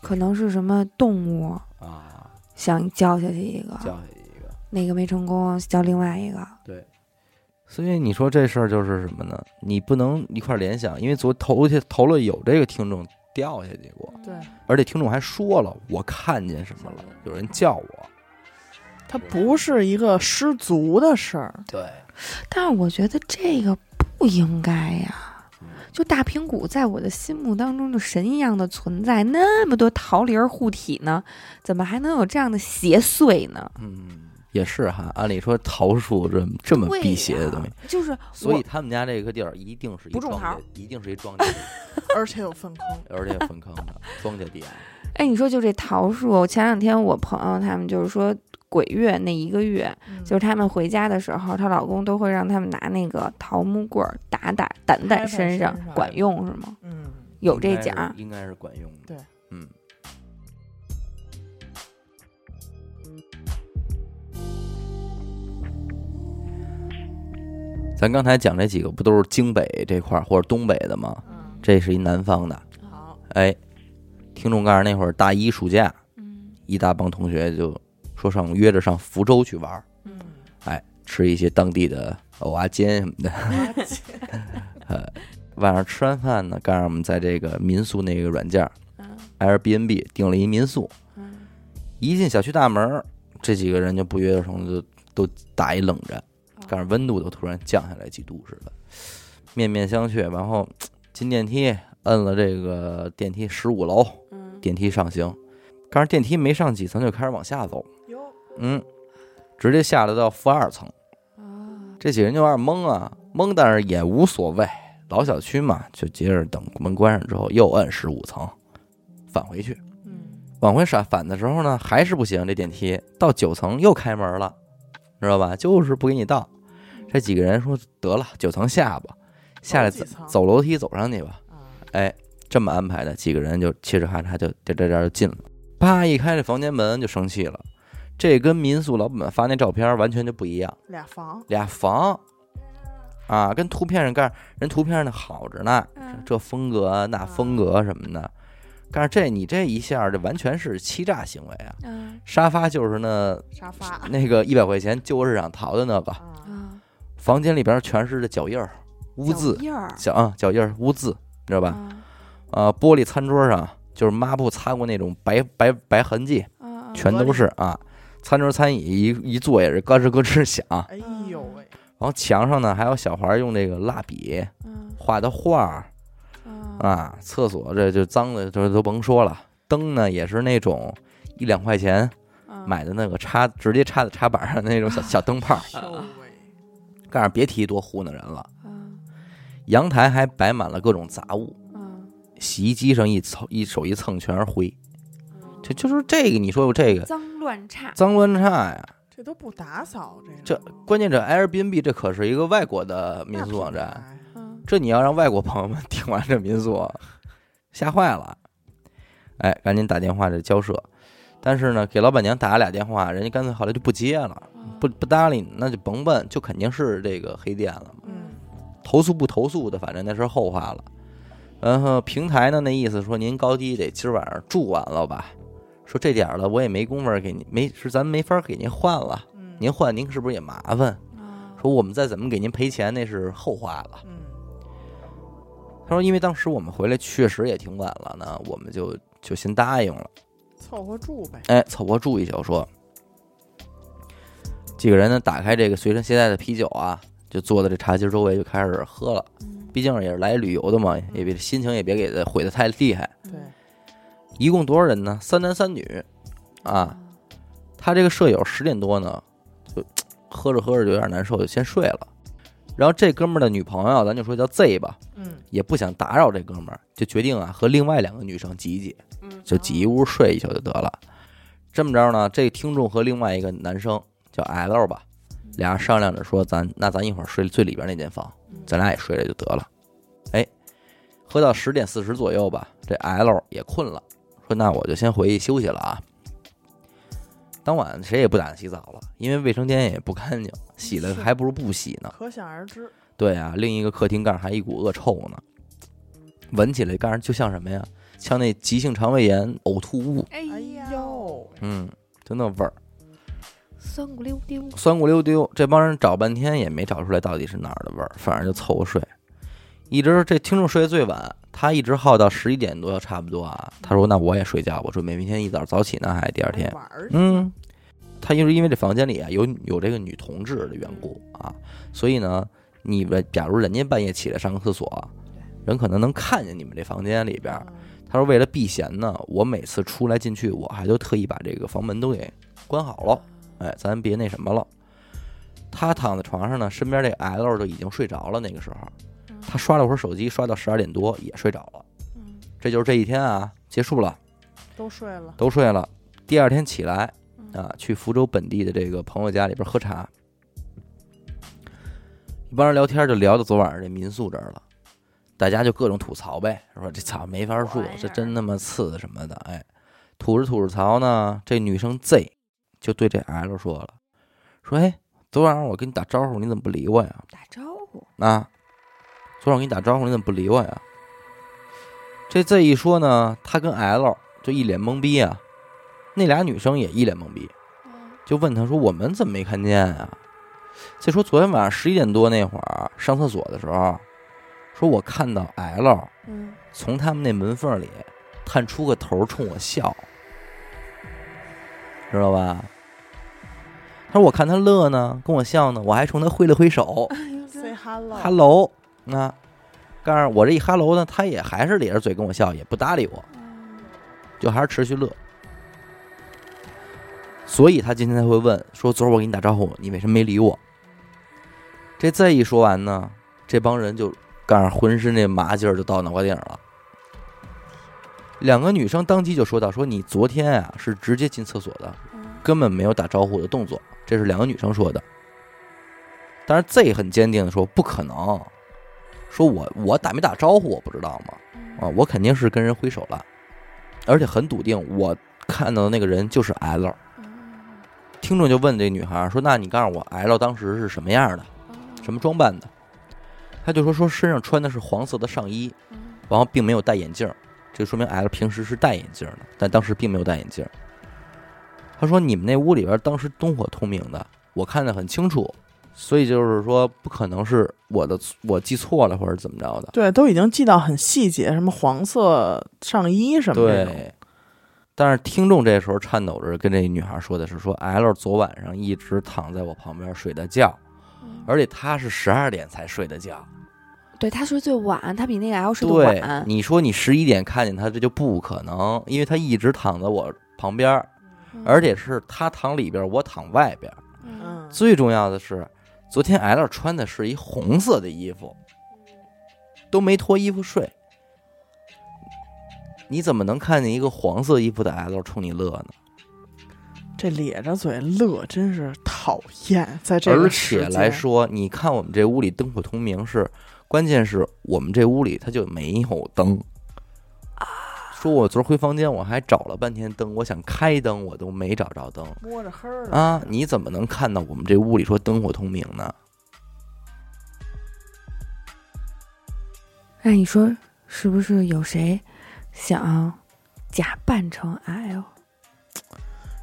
Speaker 3: 可能是什么动物
Speaker 1: 啊，
Speaker 3: 想叫下去一个，
Speaker 1: 叫起一个。
Speaker 3: 那个没成功，叫另外一个。
Speaker 1: 所以你说这事儿就是什么呢？你不能一块儿联想，因为昨头去头了有这个听众掉下去
Speaker 3: 嗯
Speaker 1: 过，
Speaker 2: 对
Speaker 1: 而且听众还说了，我看见什么了，有人叫我。
Speaker 2: 它不是一个失足的事
Speaker 3: 嗯
Speaker 2: 儿，
Speaker 1: 对，
Speaker 3: 但是我觉得这个不应该呀。
Speaker 1: 嗯
Speaker 3: 就大平谷在我的心目当中就神一样的存在，那么多桃林儿护体呢，怎么还能有这样的邪祟呢？
Speaker 1: 嗯，也是哈。按理说桃树这么这么
Speaker 3: 对
Speaker 1: 辟邪的
Speaker 3: 呀
Speaker 1: 东西，
Speaker 3: 就是
Speaker 1: 所以
Speaker 3: 我
Speaker 1: 他们家这个地儿一定是一
Speaker 3: 不种
Speaker 1: 庄
Speaker 3: 桃
Speaker 1: 稼，一定是一庄稼地，
Speaker 2: 而且有粪坑，
Speaker 1: 而且粪坑的庄稼地啊。
Speaker 3: 哎，你说就这桃树，我前两天我朋友他们就是说鬼月那一个月，
Speaker 2: 嗯
Speaker 3: 就是他们回家的时候，她老公都会让他们拿那个桃木棍儿打打掸
Speaker 2: 拍
Speaker 3: 掸
Speaker 2: 拍
Speaker 3: 身上
Speaker 2: 身上，
Speaker 3: 管用是吗？
Speaker 2: 嗯，
Speaker 3: 有这
Speaker 1: 应该是
Speaker 3: 讲儿？
Speaker 1: 应该是管用的。
Speaker 2: 对，
Speaker 1: 嗯。咱刚才讲这几个不都是京北这块儿或者东北的吗？
Speaker 3: 嗯，
Speaker 1: 这是一南方的。
Speaker 3: 好，
Speaker 1: 哎，听众告诉那会儿大一暑假，
Speaker 3: 嗯
Speaker 1: 一大帮同学就说上约着上福州去玩儿，
Speaker 3: 嗯，
Speaker 1: 哎，吃一些当地的藕啊煎什么的。 呃晚上吃完饭呢，告诉我们在这个民宿那个软件儿
Speaker 3: 嗯
Speaker 1: Airbnb 订了一民宿，
Speaker 3: 嗯
Speaker 1: 一进小区大门儿，这几个人就不约而同就都打一冷战，
Speaker 3: 哦
Speaker 1: 但是温度都突然降下来几度似的，面面相觑。然后进电梯，摁了这个电梯十五楼，
Speaker 3: 嗯，
Speaker 1: 电梯上行，但是电梯没上几层就开始往下走，
Speaker 2: 哟，
Speaker 1: 嗯，直接下来到负二层。
Speaker 3: 啊，
Speaker 1: 这几人就有点懵啊，懵，但是也无所谓，老小区嘛，就接着等门关上之后又摁十五层，返回去。
Speaker 3: 嗯
Speaker 1: 往回闪反的时候呢，还是不行，这电梯到九层又开门了，知道吧？就是不给你到。这几个人说得了，九层下吧，下来
Speaker 2: 走
Speaker 1: 走
Speaker 2: 几层
Speaker 1: 走楼梯走上去吧。
Speaker 3: 啊，
Speaker 1: 哎，这么安排的，几个人就嘁哧咔嚓就这这这就进了。啪一开这房间门就生气了，这跟民宿老板发那照片完全就不一样，
Speaker 2: 俩房，
Speaker 1: 俩房啊，跟图片上盖人图片上那好着呢，
Speaker 3: 嗯
Speaker 1: 这风格啊那风格什么的。但是这你这一下，这完全是欺诈行为啊！
Speaker 3: 嗯
Speaker 1: 沙发就是那
Speaker 2: 沙发
Speaker 1: 那个一百块钱旧市场淘的那个，
Speaker 2: 啊，
Speaker 3: 啊，
Speaker 1: 房间里边全是这脚印儿、污渍
Speaker 3: 脚、印儿，
Speaker 1: 脚啊脚印儿、污渍，你知道吧？
Speaker 3: 啊
Speaker 1: 啊，玻璃餐桌上就是抹布擦过那种白白白痕迹，
Speaker 3: 啊，
Speaker 1: 全都是啊。餐桌餐椅一一坐也是咯吱咯吱响，
Speaker 2: 哎呦喂，
Speaker 1: 然后墙上呢还有小孩儿用那个蜡笔
Speaker 3: 嗯
Speaker 1: 画的画儿，
Speaker 3: 啊
Speaker 1: 啊，厕所这就脏的，这都甭说了。灯呢也是那种一两块钱
Speaker 3: 啊，
Speaker 1: 买的那个插，直接插在插板上那种小 小灯泡。
Speaker 2: 哎呦喂，
Speaker 1: 告诉别提多糊弄人了，
Speaker 3: 啊
Speaker 1: 阳台还摆满了各种杂物，
Speaker 3: 啊，
Speaker 1: 洗衣机上一蹭一手一蹭全是灰。
Speaker 3: 啊
Speaker 1: 这就是这个，你说有这个
Speaker 3: 脏乱差，
Speaker 1: 脏乱差呀？
Speaker 2: 这都不打扫，
Speaker 1: 这
Speaker 2: 这个
Speaker 1: 关键这 Airbnb 这可是一个外国的民宿网站，
Speaker 2: 站，
Speaker 3: 嗯
Speaker 1: 这你要让外国朋友们听完这民宿，吓坏了。哎，赶紧打电话这交涉，但是呢，给老板娘打了俩电话，人家干脆后来就不接了，不不搭理你，那就甭问，就肯定是这个黑店了嘛。
Speaker 2: 嗯，
Speaker 1: 投诉不投诉的，反正那是后话了。然后平台呢，那意思说您高低得今儿晚上住完了吧？说这点儿了，我也没工夫给您，没是咱没法给您换了，
Speaker 2: 嗯
Speaker 1: 您换您是不是也麻烦？
Speaker 3: 啊
Speaker 1: 说我们再怎么给您赔钱，那是后话了。
Speaker 2: 嗯
Speaker 1: 他说，因为当时我们回来确实也挺晚了呢，我们就就先答应了，
Speaker 2: 凑合住呗，
Speaker 1: 哎，凑合住一宿说。几个人呢，打开这个随身携带的啤酒啊，就坐在这茶几周围就开始喝了。
Speaker 3: 嗯
Speaker 1: 毕竟也是来旅游的嘛，也别心情也别给它毁得太厉害。
Speaker 2: 对，
Speaker 1: 一共多少人呢？三男三女，啊，他这个舍友十点多呢，就喝着喝着就有点难受，就先睡了。然后这哥们儿的女朋友，咱就说叫 Z 吧，
Speaker 2: 嗯
Speaker 1: 也不想打扰这哥们儿，就决定啊和另外两个女生挤一挤，
Speaker 3: 嗯
Speaker 1: 就挤一屋睡一宿就得了。这么着呢，这听众和另外一个男生叫 L 吧，俩人商量着说，咱那咱一会儿睡最里边那间房，咱俩也睡了就得了。哎，喝到十点四十左右吧，这 L 也困了，说那我就先回去休息了啊。当晚谁也不打算洗澡了，因为卫生间也不干净，洗了
Speaker 2: 是
Speaker 1: 还不如不洗呢。
Speaker 2: 可想而知，
Speaker 1: 对啊，另一个客厅盖儿还一股恶臭呢，闻起来盖儿就像什么呀？像那急性肠胃炎呕吐物，
Speaker 3: 哎
Speaker 2: 哎
Speaker 3: 呦，
Speaker 2: 呦，
Speaker 1: 嗯，就那味儿，
Speaker 3: 酸不溜丢，
Speaker 1: 酸骨溜丢。这帮人找半天也没找出来到底是哪儿的味儿，反正就凑合睡。一直这听众睡得最晚，他一直耗到十一点多差不多啊。他说：“那我也睡觉，我准备明天一早早起呢，还第二天。”
Speaker 2: 玩儿去，
Speaker 1: 嗯，他就是因为这房间里啊有有这个女同志的缘故啊，所以呢，你们假如人家半夜起来上个厕所，人可能能看见你们这房间里边儿。
Speaker 2: 嗯
Speaker 1: 他说为了避嫌呢，我每次出来进去，我还都特意把这个房门都给关好了，哎，咱别那什么了。他躺在床上呢，身边这 L 就已经睡着了。那个时候，他刷了会儿手机，刷到十二点多也睡着了。
Speaker 3: 嗯
Speaker 1: 这就是这一天啊，结束了。
Speaker 2: 都睡了，
Speaker 1: 都睡了。第二天起来
Speaker 3: 嗯
Speaker 1: 啊，去福州本地的这个朋友家里边喝茶，一帮人聊天就聊到昨晚上这民宿这儿了，大家就各种吐槽呗，说这草没法住
Speaker 3: 玩意儿，
Speaker 1: 这真他妈次什么的，哎，吐着吐着槽呢，这女生 Z 就对这 L 说了，说哎，昨晚上我跟你打招呼，你怎么不理我呀？
Speaker 3: 打招呼呼。
Speaker 1: 啊，昨晚我跟你打招呼，你怎么不理我呀？这这一说呢，他跟 L 就一脸懵逼啊，那俩女生也一脸懵逼，就问他说我们怎么没看见呀、再说昨天晚上十一点多那会儿上厕所的时候，说我看到 L
Speaker 3: 嗯，
Speaker 1: 从他们那门缝里探出个头冲我笑，知道吧？他说我看他乐呢，跟我笑呢，我还冲他挥了挥手。
Speaker 3: 哎
Speaker 2: ，say hello，
Speaker 1: hello 啊，但是我这一 hello 呢，他也还是咧着嘴跟我笑，也不搭理我，
Speaker 3: 嗯
Speaker 1: 就还是持续乐。所以他今天才会问说：“昨儿我给你打招呼，你为什么没理我？”这再一说完呢，这帮人就干浑身这麻劲儿就到脑瓜顶了。两个女生当即就说到：“说你昨天啊是直接进厕所的，
Speaker 3: 嗯
Speaker 1: 根本没有打招呼的动作。”这是两个女生说的。但是 Z 很坚定的说不可能，说我我打没打招呼我不知道吗？啊，我肯定是跟人挥手了，而且很笃定，我看到的那个人就是 L。听
Speaker 3: 嗯
Speaker 1: 众就问这女孩说：“那你告诉我 L 当时是什么样的，
Speaker 3: 嗯
Speaker 1: 什么装扮的？”她就说：“说身上穿的是黄色的上衣，然后并没有戴眼镜儿，这说明 L 平时是戴眼镜儿的，但当时并没有戴眼镜儿。”她说：“你们那屋里边当时灯火通明的，我看得很清楚，所以就是说，不可能是我的我记错了或者怎么着的。
Speaker 2: 对，都已经记到很细节，什么黄色上衣什么这种，
Speaker 1: 对，但是听众这时候颤抖着跟这女孩说的是说，L 昨晚上一直躺在我旁边睡的觉，而且她是十二点才睡的觉。
Speaker 3: 对，他睡最晚，他比那个 L 睡的
Speaker 1: 对，
Speaker 3: 晚。
Speaker 1: 你说你十一点看见她，这就不可能，因为她一直躺在我旁边，
Speaker 3: 嗯
Speaker 1: 而且是她躺里边，我躺外边。
Speaker 2: 嗯，
Speaker 1: 最重要的是，昨天 L 穿的是一红色的衣服，都没脱衣服睡。你怎么能看见一个黄色衣服的 L 冲你乐呢？
Speaker 2: 这咧着嘴乐真是讨厌，在这个
Speaker 1: 而
Speaker 2: 时
Speaker 1: 且
Speaker 2: 间
Speaker 1: 来，说，你看我们这屋里灯火通明是，关键是我们这屋里它就没有灯。
Speaker 2: 啊
Speaker 1: 说我昨儿回房间，我还找了半天灯，我想开灯我都没找着灯。
Speaker 2: 摸着黑儿了
Speaker 1: 啊，你怎么能看到我们这屋里说灯火通明呢？
Speaker 3: 那哎你说是不是有谁想假扮成 L？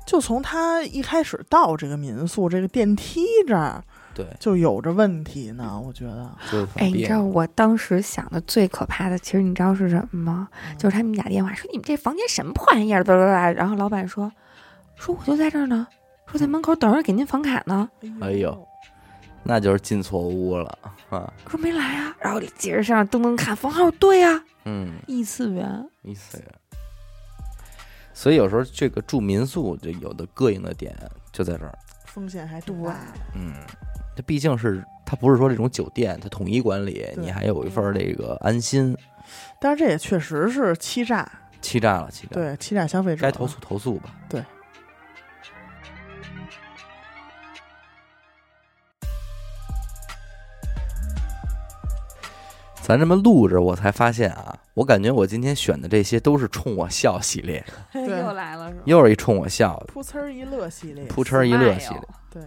Speaker 2: 就从他一开始到这个民宿这个电梯这儿
Speaker 1: 对，
Speaker 2: 就有着问题呢，我觉得，
Speaker 1: 就是很
Speaker 3: 哎，你
Speaker 1: 别
Speaker 3: 知道
Speaker 1: 扭
Speaker 3: 我当时想的最可怕的，其实你知道是什么吗？
Speaker 1: 嗯
Speaker 3: 就是是他们打电话说你们这房间什么破玩意儿，叭叭叭。然后老板说，说我就在这儿呢，说在门口等着给您房卡呢，
Speaker 1: 哎呦，那就是进错屋了啊。
Speaker 3: 说没来啊。然后得接着上登登看房号，对呀、
Speaker 1: 嗯，
Speaker 3: 异次元。
Speaker 1: 意思。所以有时候这个住民宿这有的膈应的点就在这儿，
Speaker 2: 风险还挺大的，
Speaker 1: 嗯，它毕竟是它不是说这种酒店，它统一管理，
Speaker 2: 对
Speaker 1: 你还有一
Speaker 3: 嗯
Speaker 1: 份儿这个安心。
Speaker 2: 但是这也确实是欺诈，
Speaker 1: 欺诈了，欺诈，，
Speaker 2: 对，欺诈消费者，
Speaker 1: 该投诉投诉吧。
Speaker 2: 对。
Speaker 1: 咱这么录着，我才发现啊，我感觉我今天选的这些都是冲我笑系列，
Speaker 2: 对又
Speaker 3: 来了是吧？哎
Speaker 1: 又是一冲我笑的，
Speaker 2: 噗呲儿一乐系列，
Speaker 1: 扑哧儿一乐系列。
Speaker 2: 对，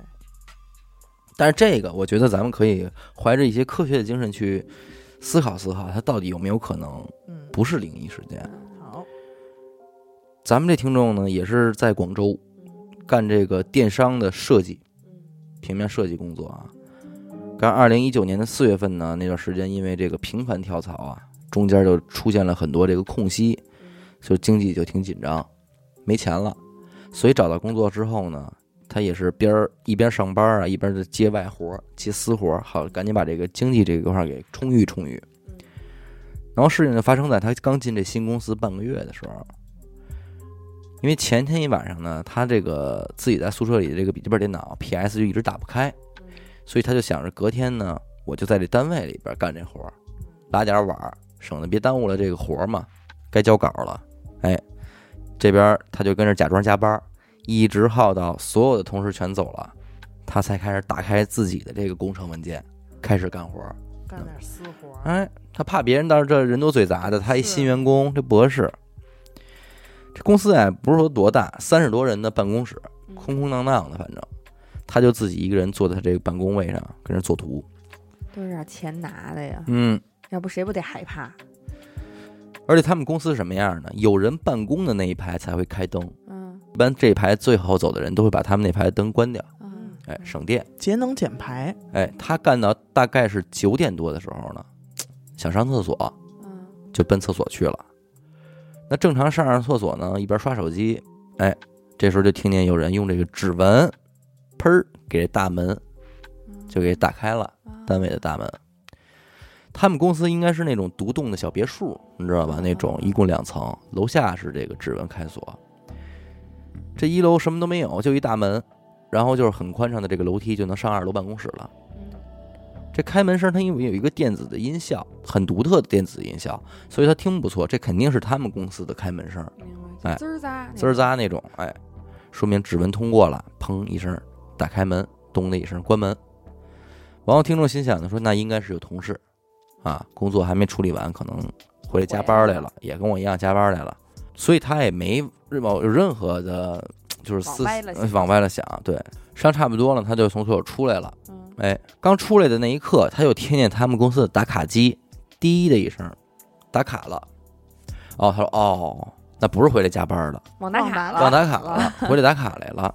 Speaker 1: 但是这个，我觉得咱们可以怀着一些科学的精神去思考思考，它到底有没有可能
Speaker 2: 嗯，
Speaker 1: 不是灵异事件？
Speaker 2: 好，
Speaker 1: 咱们这听众呢，也是在广州干这个电商的设计，平面设计工作啊。干二零一九年的四月份呢，那段时间因为这个频繁跳槽啊，中间就出现了很多这个空隙，就经济就挺紧张，没钱了，所以找到工作之后呢，他也是边儿一边上班啊，一边就接外活儿、接私活儿，好赶紧把这个经济这一块儿给充裕充裕。然后事情就发生在他刚进这新公司半个月的时候，因为前天一晚上呢，他这个自己在宿舍里的这个笔记本电脑 PS 就一直打不开，所以他就想着隔天呢，我就在这单位里边干这活儿，拉点碗儿，省得别耽误了这个活儿嘛，该交稿了。哎，这边他就跟着假装加班儿，一直耗到所有的同事全走了，他才开始打开自己的这个工程文件，开始干活儿。
Speaker 2: 干点私活儿，
Speaker 1: 哎，他怕别人到这人多嘴杂的，他一
Speaker 2: 是
Speaker 1: 新员工，这博士，这公司哎不是说多大，三十多人的办公室，
Speaker 3: 嗯
Speaker 1: 空空荡荡的，反正他就自己一个人坐在他这个办公位上，跟人作图。
Speaker 3: 都是点钱拿的呀，
Speaker 1: 嗯，
Speaker 3: 要不谁不得害怕？
Speaker 1: 而且他们公司是什么样呢？有人办公的那一排才会开灯，
Speaker 3: 嗯
Speaker 1: 一般这一排最后走的人都会把他们那排的灯关掉，
Speaker 3: 嗯，
Speaker 1: 哎，省电。
Speaker 2: 节能减排，
Speaker 1: 哎，他干到大概是九点多的时候呢，想上厕所
Speaker 3: 嗯
Speaker 1: 就奔厕所去了。那正常上上厕所呢，一边刷手机，哎，这时候就听见有人用这个指纹，砰儿给这大门
Speaker 3: 嗯
Speaker 1: 就给打开了，
Speaker 3: 啊
Speaker 1: 单位的大门。他们公司应该是那种独栋的小别墅，你知道吧？那种一共两层，楼下是这个指纹开锁。这一楼什么都没有，就一大门，然后就是很宽敞的这个楼梯就能上二楼办公室了。
Speaker 3: 嗯
Speaker 1: 这开门声它因为有一个电子的音效，很独特的电子音效，所以它听不错。这肯定是他们公司的开门声，
Speaker 3: 明白
Speaker 1: 哎
Speaker 3: 就滋儿咋那
Speaker 1: 滋儿
Speaker 3: 种
Speaker 1: 喳那种，哎，说明指纹通过了，砰一声打开门，咚的一声关门。然后听众心想呢，说那应该是有同事啊，工作还没处理完，可能回来加班来了，也跟我一样加班来了，所以他也没往有任何的，就是思
Speaker 3: 往歪了想
Speaker 1: 呃往歪了想，对，伤差不多了，他就从厕所出来了。
Speaker 3: 嗯
Speaker 1: 哎，刚出来的那一刻，他就听见他们公司的打卡机“滴”的一声，打卡了。哦，他说：“哦，那不是回来加班的，
Speaker 3: 往打卡了，
Speaker 1: 忘打卡了，回来打卡来了。”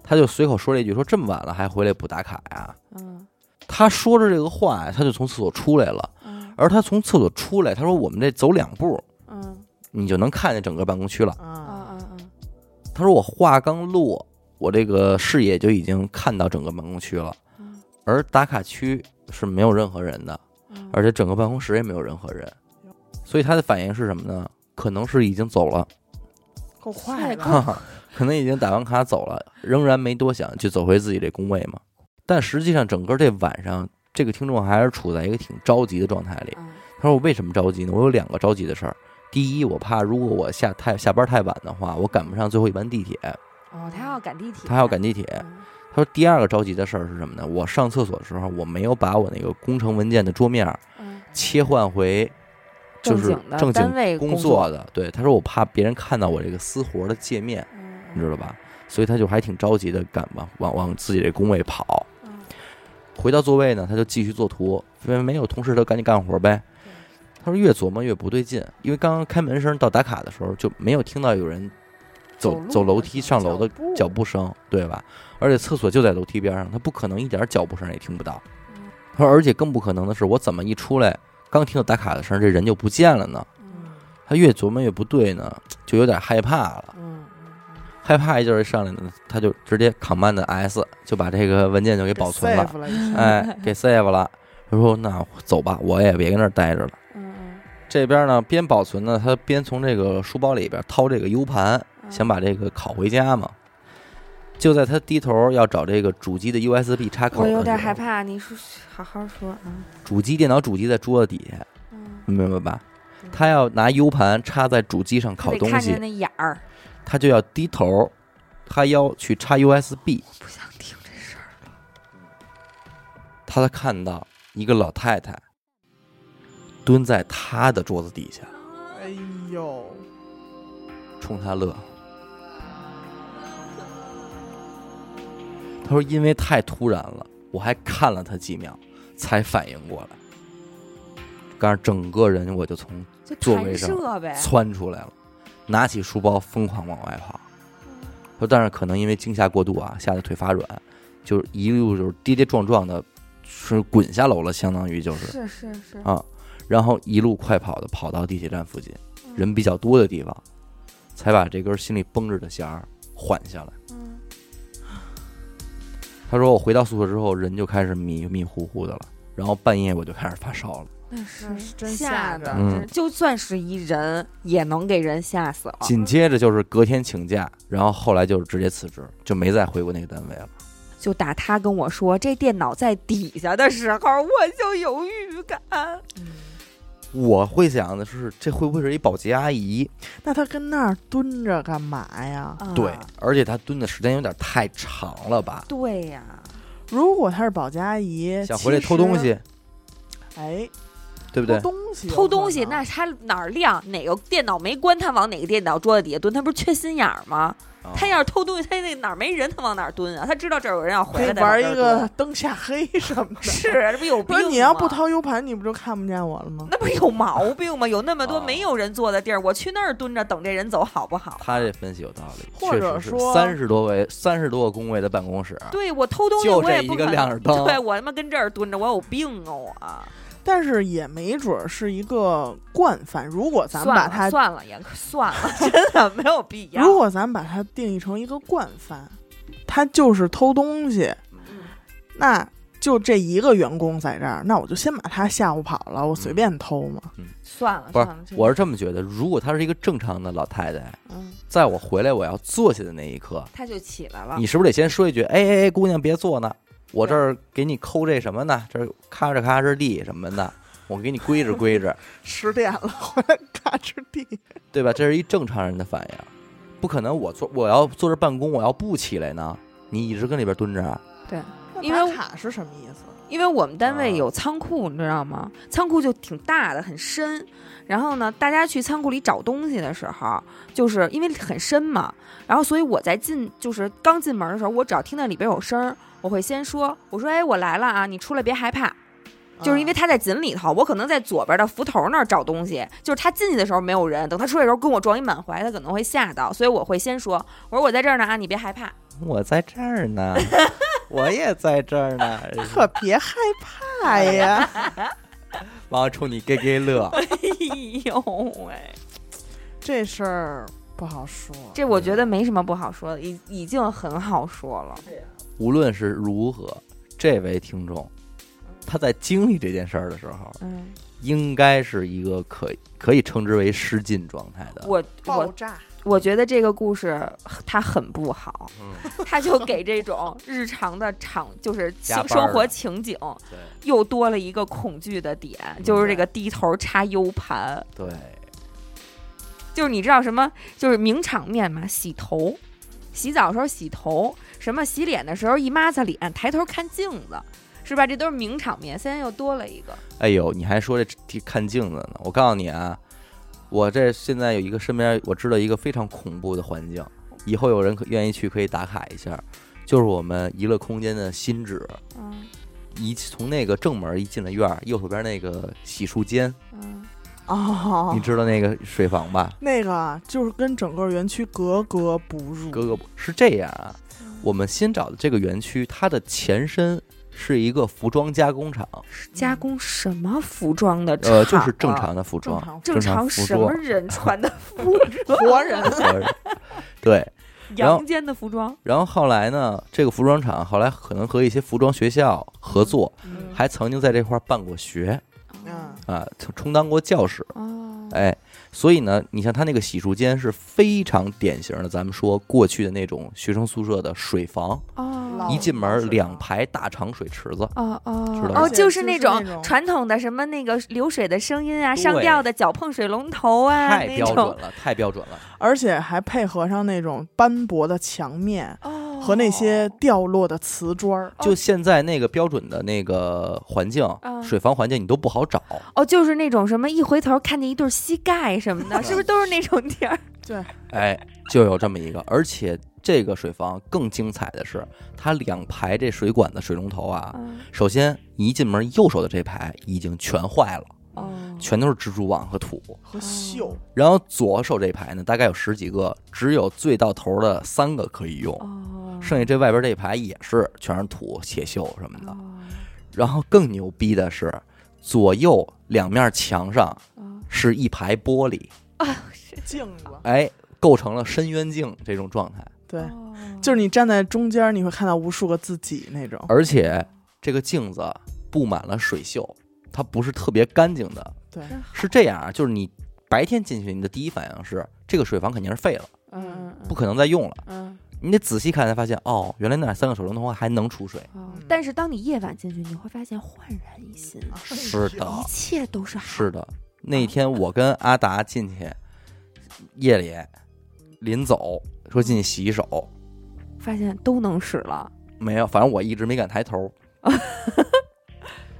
Speaker 1: 他就随口说了一句：“说这么晚了还回来补打卡呀
Speaker 3: 嗯？”
Speaker 1: 他说着这个话，他就从厕所出来了。
Speaker 3: 嗯
Speaker 1: 而他从厕所出来，他说：“我们这走两步，
Speaker 3: 嗯
Speaker 1: 你就能看见整个办公区了。
Speaker 3: 啊
Speaker 2: 啊，
Speaker 3: 啊啊”
Speaker 1: 他说：“我话刚落，我这个视野就已经看到整个办公区了，
Speaker 3: 嗯
Speaker 1: 而打卡区是没有任何人的。”
Speaker 3: 嗯，
Speaker 1: 而且整个办公室也没有任何人，所以他的反应是什么呢？可能是已经走了，
Speaker 2: 够快
Speaker 3: 太
Speaker 2: 的，
Speaker 3: 快
Speaker 1: 哈哈， 可能已经打完卡走了，仍然没多想就走回自己这工位嘛。但实际上，整个这晚上，这个听众还是处在一个挺着急的状态里。
Speaker 3: 嗯
Speaker 1: 他说：“我为什么着急呢？我有两个着急的事儿。第一，我怕如果我下太下班太晚的话，我赶不上最后一班地铁，
Speaker 3: 哦，他要赶地铁，
Speaker 1: 他还要赶地铁。
Speaker 3: 嗯
Speaker 1: 他说第二个着急的事儿是什么呢？我上厕所的时候，我没有把我那个工程文件的桌面儿
Speaker 3: 嗯
Speaker 1: 切换回就是
Speaker 3: 正经的
Speaker 1: 正
Speaker 3: 单位
Speaker 1: 经
Speaker 3: 工
Speaker 1: 作的。对，他说我怕别人看到我这个私活的界面，
Speaker 3: 嗯
Speaker 1: 你知道吧？所以他就还挺着急的，赶往往往自己这工位跑。
Speaker 3: 嗯
Speaker 1: 回到座位呢，他就继续做图，因为没有同事，他赶紧干活呗。他说越琢磨越不对劲，因为刚刚开门声到打卡的时候就没有听到有人走
Speaker 3: 走路
Speaker 1: 走楼梯
Speaker 3: 的声
Speaker 1: 上楼的
Speaker 3: 脚步
Speaker 1: 脚步声，对吧？而且厕所就在楼梯边上，他不可能一点脚步声也听不到
Speaker 3: 嗯。
Speaker 1: 他说，而且更不可能的是，我怎么一出来，刚听到打卡的声，这人就不见了呢？
Speaker 3: 嗯
Speaker 1: 他越琢磨越不对呢，就有点害怕了。
Speaker 3: 嗯，
Speaker 1: 害怕一劲儿一上来呢，他就直接 Command S 就把这个文件就给保存了，
Speaker 2: save 了已经，
Speaker 1: 哎，给 save 了。他说：“那走吧，我也别跟这儿待着了。”
Speaker 3: 嗯
Speaker 1: 这边呢，边保存呢，他边从这个书包里边掏这个 U 盘，
Speaker 3: 嗯，
Speaker 1: 想把这个拷回家嘛。就在他低头要找这个主机的 USB 插口，
Speaker 3: 我有点害。怕，你说好好说啊，
Speaker 1: 主机电脑主机在桌子底下，
Speaker 3: 嗯，
Speaker 1: 你明白吧
Speaker 3: 嗯？
Speaker 1: 他要拿 U 盘插在主机上
Speaker 3: 他
Speaker 1: 拷
Speaker 3: 得
Speaker 1: 东
Speaker 3: 看
Speaker 1: 西
Speaker 3: 见，那眼儿，
Speaker 1: 他就要低头，他腰去插 USB，
Speaker 3: 不想听这事儿，
Speaker 1: 他看到一个老太太蹲在他的桌子底下，
Speaker 2: 哎呦，
Speaker 1: 冲他乐。他说：“因为太突然了，我还看了他几秒，才反应过来。但是整个人我就从
Speaker 3: 就
Speaker 1: 座
Speaker 3: 弹
Speaker 1: 位上
Speaker 3: 射呗，
Speaker 1: 窜出来了，拿起书包疯狂往外跑。说但是可能因为惊吓过度啊，吓得腿发软，就是一路就是跌跌撞撞的，是滚下楼了，相当于就是，
Speaker 3: 是是是
Speaker 1: 啊然后一路快跑的跑到地铁站附近
Speaker 3: 嗯
Speaker 1: 人比较多的地方，才把这根心里绷着的弦儿缓下来。
Speaker 3: 嗯
Speaker 1: 他说我回到宿舍之后，人就开始迷迷糊糊的了，然后半夜我就开始发烧了。
Speaker 3: 那
Speaker 2: 那是真
Speaker 3: 吓
Speaker 2: 吓
Speaker 3: 的，
Speaker 2: 的
Speaker 1: 嗯
Speaker 3: 真是就算是一人，也能给人吓死了。
Speaker 1: 紧接着就是隔天请假，然后后来就是直接辞职，就没再回过那个单位了。
Speaker 3: 就打他跟我说这电脑在底下的时候，我就有预感。
Speaker 2: 啊
Speaker 3: 嗯
Speaker 1: 我会想的是，这会不会是一保洁阿姨？
Speaker 2: 那他跟那儿蹲着干嘛呀？
Speaker 3: 啊
Speaker 1: 对，而且她蹲的时间有点太长了吧？
Speaker 3: 对呀、
Speaker 2: 如果他是保洁阿姨，
Speaker 1: 想回来偷东，西，
Speaker 2: 哎，
Speaker 1: 对不
Speaker 2: 偷
Speaker 1: 对？
Speaker 2: 东西有可能，
Speaker 3: 偷东西那他哪儿亮？哪个电脑没关？他往哪个电脑桌子底下蹲？他不是缺心眼儿吗？
Speaker 1: 啊
Speaker 3: 他要是偷东西，他那哪儿没人，他往哪儿蹲啊？他知道这儿有人要
Speaker 2: 可
Speaker 3: 回
Speaker 2: 以
Speaker 3: 来，
Speaker 2: 玩一个
Speaker 3: 个
Speaker 2: 灯下黑什么的。
Speaker 3: 是，这不有
Speaker 2: 不
Speaker 3: 病
Speaker 2: 是
Speaker 3: 吗？
Speaker 2: 你要不掏 U 盘，你不就看不见我了吗？
Speaker 3: 那不是有毛病吗？有那么多
Speaker 1: 啊
Speaker 3: 没有人坐的地儿，我去那儿蹲着等这人走好不好？
Speaker 1: 他这分析有道理，
Speaker 2: 或者
Speaker 1: 确实是
Speaker 2: 说
Speaker 1: 三十多位、三十多个工位的办公室，
Speaker 3: 对我偷东西，
Speaker 1: 就
Speaker 3: 我也
Speaker 1: 这
Speaker 3: 不
Speaker 1: 一个
Speaker 3: 可能
Speaker 1: 亮着灯
Speaker 3: 对我他妈跟这儿蹲着，我有病啊！我
Speaker 2: 但是也没准儿是一个惯犯。如果咱们
Speaker 3: 算
Speaker 2: 把
Speaker 3: 了
Speaker 2: 它，
Speaker 3: 算了也算了， 真的没有必要。
Speaker 2: 如果咱们把它定义成一个惯犯，他就是偷东西，
Speaker 3: 嗯
Speaker 2: 那就这一个员工在这儿，那我就先把他吓唬跑了，我
Speaker 1: 嗯
Speaker 2: 随便偷嘛。
Speaker 3: 算了
Speaker 1: 不
Speaker 3: 算
Speaker 1: 是
Speaker 3: 了，这，
Speaker 1: 我是这么觉得。如果她是一个正常的老太太，
Speaker 2: 嗯，
Speaker 1: 在我回来我要坐下的那一刻，
Speaker 3: 他就起来
Speaker 2: 啊
Speaker 3: 了。
Speaker 1: 你是不是得先说一句：“哎哎哎，姑娘别坐呢，我这儿给你抠这什么呢？这儿咔哧咔哧地什么的，我给你归置归置，
Speaker 2: 十点了，回来嘎吱地。
Speaker 1: 对吧？”这是一正常人的反应，不可能我坐我要坐这办公，我要不起来呢，你一直跟里边蹲着啊，
Speaker 2: 那
Speaker 3: 因为
Speaker 2: 打卡是什么意思？
Speaker 3: 因为我们单
Speaker 1: 啊
Speaker 3: 位有仓库，你知道吗？仓库就挺大的，很深。然后呢，大家去仓库里找东西的时候，就是因为很深嘛，然后所以我在进就是刚进门的时候，我只要听到里边有声儿，我会先说，我说哎，我来了啊，你出来别害怕。 就是
Speaker 2: 嗯
Speaker 3: 因为他在井里头，我可能在左边的扶头那儿找东西。就是他进去的时候没有人，等他出来的时候跟我撞一满怀，他可能会吓到，所以我会先说，我说我在这儿呢啊，你别害怕。
Speaker 1: 我在这儿呢， 我也在这儿呢，
Speaker 2: 可别害怕呀！
Speaker 1: 完了冲你咯咯乐。
Speaker 3: 哎呦喂！
Speaker 2: 这事儿不好说。
Speaker 3: 这我
Speaker 1: 嗯
Speaker 3: 觉得没什么不好说的，已已经很好说了。
Speaker 1: 无论是如何，这位听众他在经历这件事儿的时候，
Speaker 3: 嗯，
Speaker 1: 应该是一个可可以称之为失禁状态的。
Speaker 3: 我
Speaker 2: 爆
Speaker 3: 我
Speaker 2: 炸，
Speaker 3: 我觉得这个故事它很不好，
Speaker 1: 嗯，
Speaker 3: 它就给这种日常的场就是
Speaker 1: 加班
Speaker 3: 生
Speaker 1: 儿
Speaker 3: 生活
Speaker 1: 的
Speaker 3: 情景
Speaker 1: 对
Speaker 3: 又多了一个恐惧的点，
Speaker 1: 嗯
Speaker 3: 就是这个低头插 U 盘，
Speaker 1: 对，
Speaker 3: 就是你知道什么？就是名场面嘛，洗头。洗澡的时候洗头，什么洗脸的时候一抹擦脸，抬头看镜子，是吧？这都是名场面。现在又多了一个，
Speaker 1: 哎呦，你还说这看镜子呢？我告诉你啊，我这现在有一个身边我知道一个非常恐怖的环境，以后有人可愿意去可以打卡一下，就是我们娱乐空间的新址。
Speaker 3: 嗯
Speaker 1: 一从那个正门一进了院儿，右手边那个洗漱间，
Speaker 3: 嗯，
Speaker 2: 哦
Speaker 1: 你，知道那个水房吧？
Speaker 2: 那个就是跟整个园区格格不入。
Speaker 1: 哥哥是这样啊，我们新找的这个园区，它的前身是一个服装加工厂，
Speaker 3: 加工什么服装的厂啊？
Speaker 1: 呃，就是正常的服
Speaker 2: 正
Speaker 1: 装，
Speaker 2: 常
Speaker 3: 正
Speaker 1: 常
Speaker 3: 常
Speaker 1: 服
Speaker 3: 什么
Speaker 1: 装，
Speaker 3: 人穿的
Speaker 2: 活人
Speaker 1: 呃 对。然后
Speaker 3: 阳间的服装？嗯
Speaker 1: 然后后来呢，这个服装厂后来可能和一些服装学校合作，
Speaker 2: 嗯
Speaker 1: 还曾经在这块儿办过学
Speaker 2: 嗯
Speaker 1: 啊，充充当过教室，
Speaker 3: 哦，
Speaker 1: 哎。所以呢，你像他那个洗漱间是非常典型的，咱们说过去的那种学生宿舍的水房，
Speaker 3: 哦
Speaker 1: 一进门儿
Speaker 2: 水房
Speaker 1: 两排大长水池子，
Speaker 3: 哦
Speaker 1: 知道
Speaker 3: 哦
Speaker 1: 吧
Speaker 3: 哦，就是
Speaker 2: 那
Speaker 3: 种
Speaker 2: 种
Speaker 3: 传统的什么那个流水的声音啊，
Speaker 1: 对
Speaker 3: 上吊的脚碰水龙头啊，哦
Speaker 1: 太
Speaker 3: 那
Speaker 1: 标
Speaker 3: 种
Speaker 1: 准了，太标准了。
Speaker 2: 而且还配合上那种斑驳的墙面
Speaker 3: 哦
Speaker 2: 和那些掉落的瓷砖儿。
Speaker 1: 就现在那个标准的那个环境，
Speaker 3: 嗯
Speaker 1: 水房环境你都不好找。
Speaker 3: 哦，就是那种什么一回头看见一对膝盖 什么的，是不是都是那种地儿？
Speaker 2: 对，
Speaker 1: 哎，就有这么一个，而且这个水房更精彩的是，它两排这水管的水龙头 啊，
Speaker 3: 嗯
Speaker 1: 首先你一进门右手的这排已经全坏了，
Speaker 3: 哦，
Speaker 1: 全都是蜘蛛网和土。
Speaker 2: 和锈，
Speaker 1: 然后左手这排呢，大概有十几个，只有最到头的三个可以用，
Speaker 3: 哦
Speaker 1: 剩下这外边这一排也是全是土、铁锈什么的。
Speaker 3: 哦
Speaker 1: 然后更牛逼的是，左右两面墙上
Speaker 3: 哦
Speaker 1: 是一排玻璃，
Speaker 2: 镜子。
Speaker 1: 哎，构成了深渊镜这种状态。
Speaker 2: 对，
Speaker 3: 哦
Speaker 1: 嗯
Speaker 2: 就是你站在中间儿，你会看到无数个自己那种。
Speaker 1: 而且这个镜子布满了水锈，它不是特别干净的。
Speaker 2: 对，
Speaker 1: 是这样啊，就是你白天进去，你的第一反应是这个水房肯定是废了，
Speaker 3: 嗯嗯
Speaker 1: 不可能再用了。
Speaker 3: 嗯
Speaker 1: 你得仔细看才发现，哦，原来那三个水龙头还能出水。
Speaker 3: 哦
Speaker 2: 嗯
Speaker 3: 但是当你夜晚进去，你会发现焕然一新，
Speaker 1: 是的
Speaker 3: 一切都是好
Speaker 1: 啊是的，那天我跟阿达进去，夜里临走说进去洗手，
Speaker 3: 发现都能使了。
Speaker 1: 没有，反正我一直没敢抬头。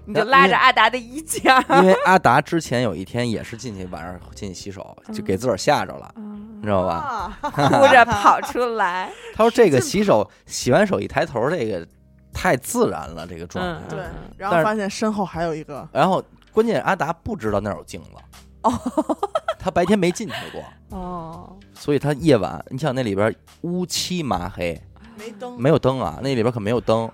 Speaker 3: 你就拉着阿达的衣角。
Speaker 1: 因为阿达之前有一天也是进去晚上进去洗手，就给自个儿吓着了，你
Speaker 3: 嗯
Speaker 1: 知道吧？
Speaker 3: 哭着跑出来，
Speaker 1: 他说这个洗手洗完手一抬头，这个太自然了，这个状态。
Speaker 3: 嗯
Speaker 2: 对
Speaker 3: 嗯，
Speaker 1: 但
Speaker 2: 然后
Speaker 1: 是
Speaker 2: 发现身后还有一个，
Speaker 1: 然后关键阿达不知道那儿有镜子，他白天没进去过，
Speaker 3: 哦，
Speaker 1: 所以他夜晚，你想那里边乌漆麻黑，
Speaker 2: 没灯
Speaker 1: 没有灯啊，那里边可没有灯。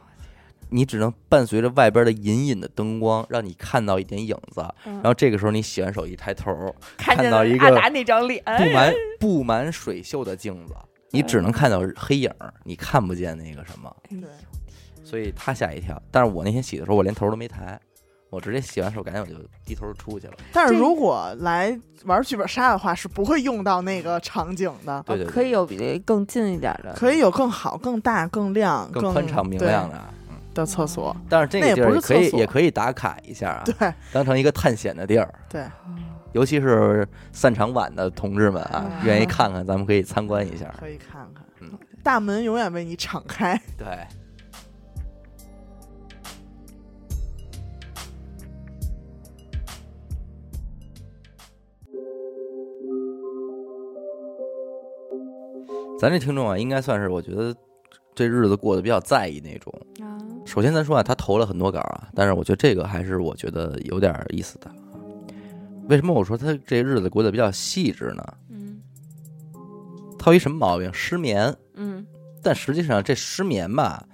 Speaker 1: 你只能伴随着外边的隐隐的灯光，让你看到一点影子。
Speaker 3: 嗯
Speaker 1: 然后这个时候，你洗完手一抬头，
Speaker 3: 看见
Speaker 1: 看到
Speaker 3: 了
Speaker 1: 一个
Speaker 3: 阿达那张脸，
Speaker 1: 布满布满水袖的镜子，你只能看到黑影儿，你看不见那个什么。
Speaker 2: 对，
Speaker 1: 所以他吓一跳。但是我那天洗的时候，我连头都没抬，我直接洗完手，赶紧我就低头就出去了。
Speaker 2: 但是
Speaker 3: 这
Speaker 2: 如果来玩剧本杀的话，是不会用到那个场景的，
Speaker 1: 对对对
Speaker 3: 可以有比更近一点的，
Speaker 2: 可以有更好、更大、更亮、
Speaker 1: 更宽敞明
Speaker 2: 对
Speaker 1: 亮的嗯啊。
Speaker 2: 的厕所。
Speaker 1: 但是这个地
Speaker 2: 那
Speaker 1: 儿也
Speaker 2: 也不是
Speaker 1: 可以
Speaker 2: 厕所
Speaker 1: 也可以打卡一下啊，
Speaker 2: 对
Speaker 1: 当成一个探险的地儿，
Speaker 2: 对，
Speaker 3: 哦
Speaker 1: 尤其是散场晚的同志们啊，
Speaker 3: 嗯
Speaker 1: 愿意看看，咱们可以参观一下。
Speaker 2: 可以看看
Speaker 1: 嗯，
Speaker 2: 大门永远为你敞开。
Speaker 1: 对，咱这听众啊，应该算是我觉得这日子过得比较在意那种。
Speaker 3: 啊，
Speaker 1: 首先，咱说啊，他投了很多稿啊，但是我觉得这个还是我觉得有点意思的。为什么我说他这日子过得比较细致呢？
Speaker 3: 嗯
Speaker 1: 他有一什么毛病？失眠。
Speaker 3: 嗯
Speaker 1: 但实际上，这失眠吧，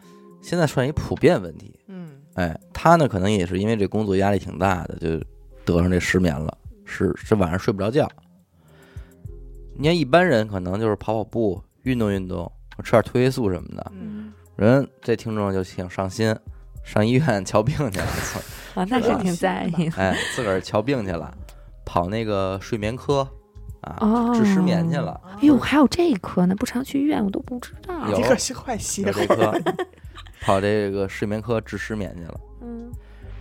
Speaker 1: 现在算一普遍问题。
Speaker 2: 嗯，
Speaker 1: 哎，他呢可能也是因为这工作压力挺大的，就得上这失眠了，是是晚上睡不着觉。你看一般人可能就是跑跑步、运动运动，吃点褪黑素什么的。
Speaker 2: 嗯，
Speaker 1: 人这听众就挺上心，上医院 瞧病去了，
Speaker 3: 啊，那真挺在意的
Speaker 1: 哎，自个儿瞧病去了，跑那个睡眠科啊，
Speaker 3: 哦，
Speaker 1: 治失眠去。了。
Speaker 2: 哎
Speaker 3: 哎呦，，还有这一科呢，不常去医院我都不知道。
Speaker 1: 有
Speaker 2: 你可是快歇
Speaker 1: 有
Speaker 2: 会
Speaker 1: 这
Speaker 2: 儿。
Speaker 1: 科，跑这个睡眠科治失眠去了。
Speaker 3: 嗯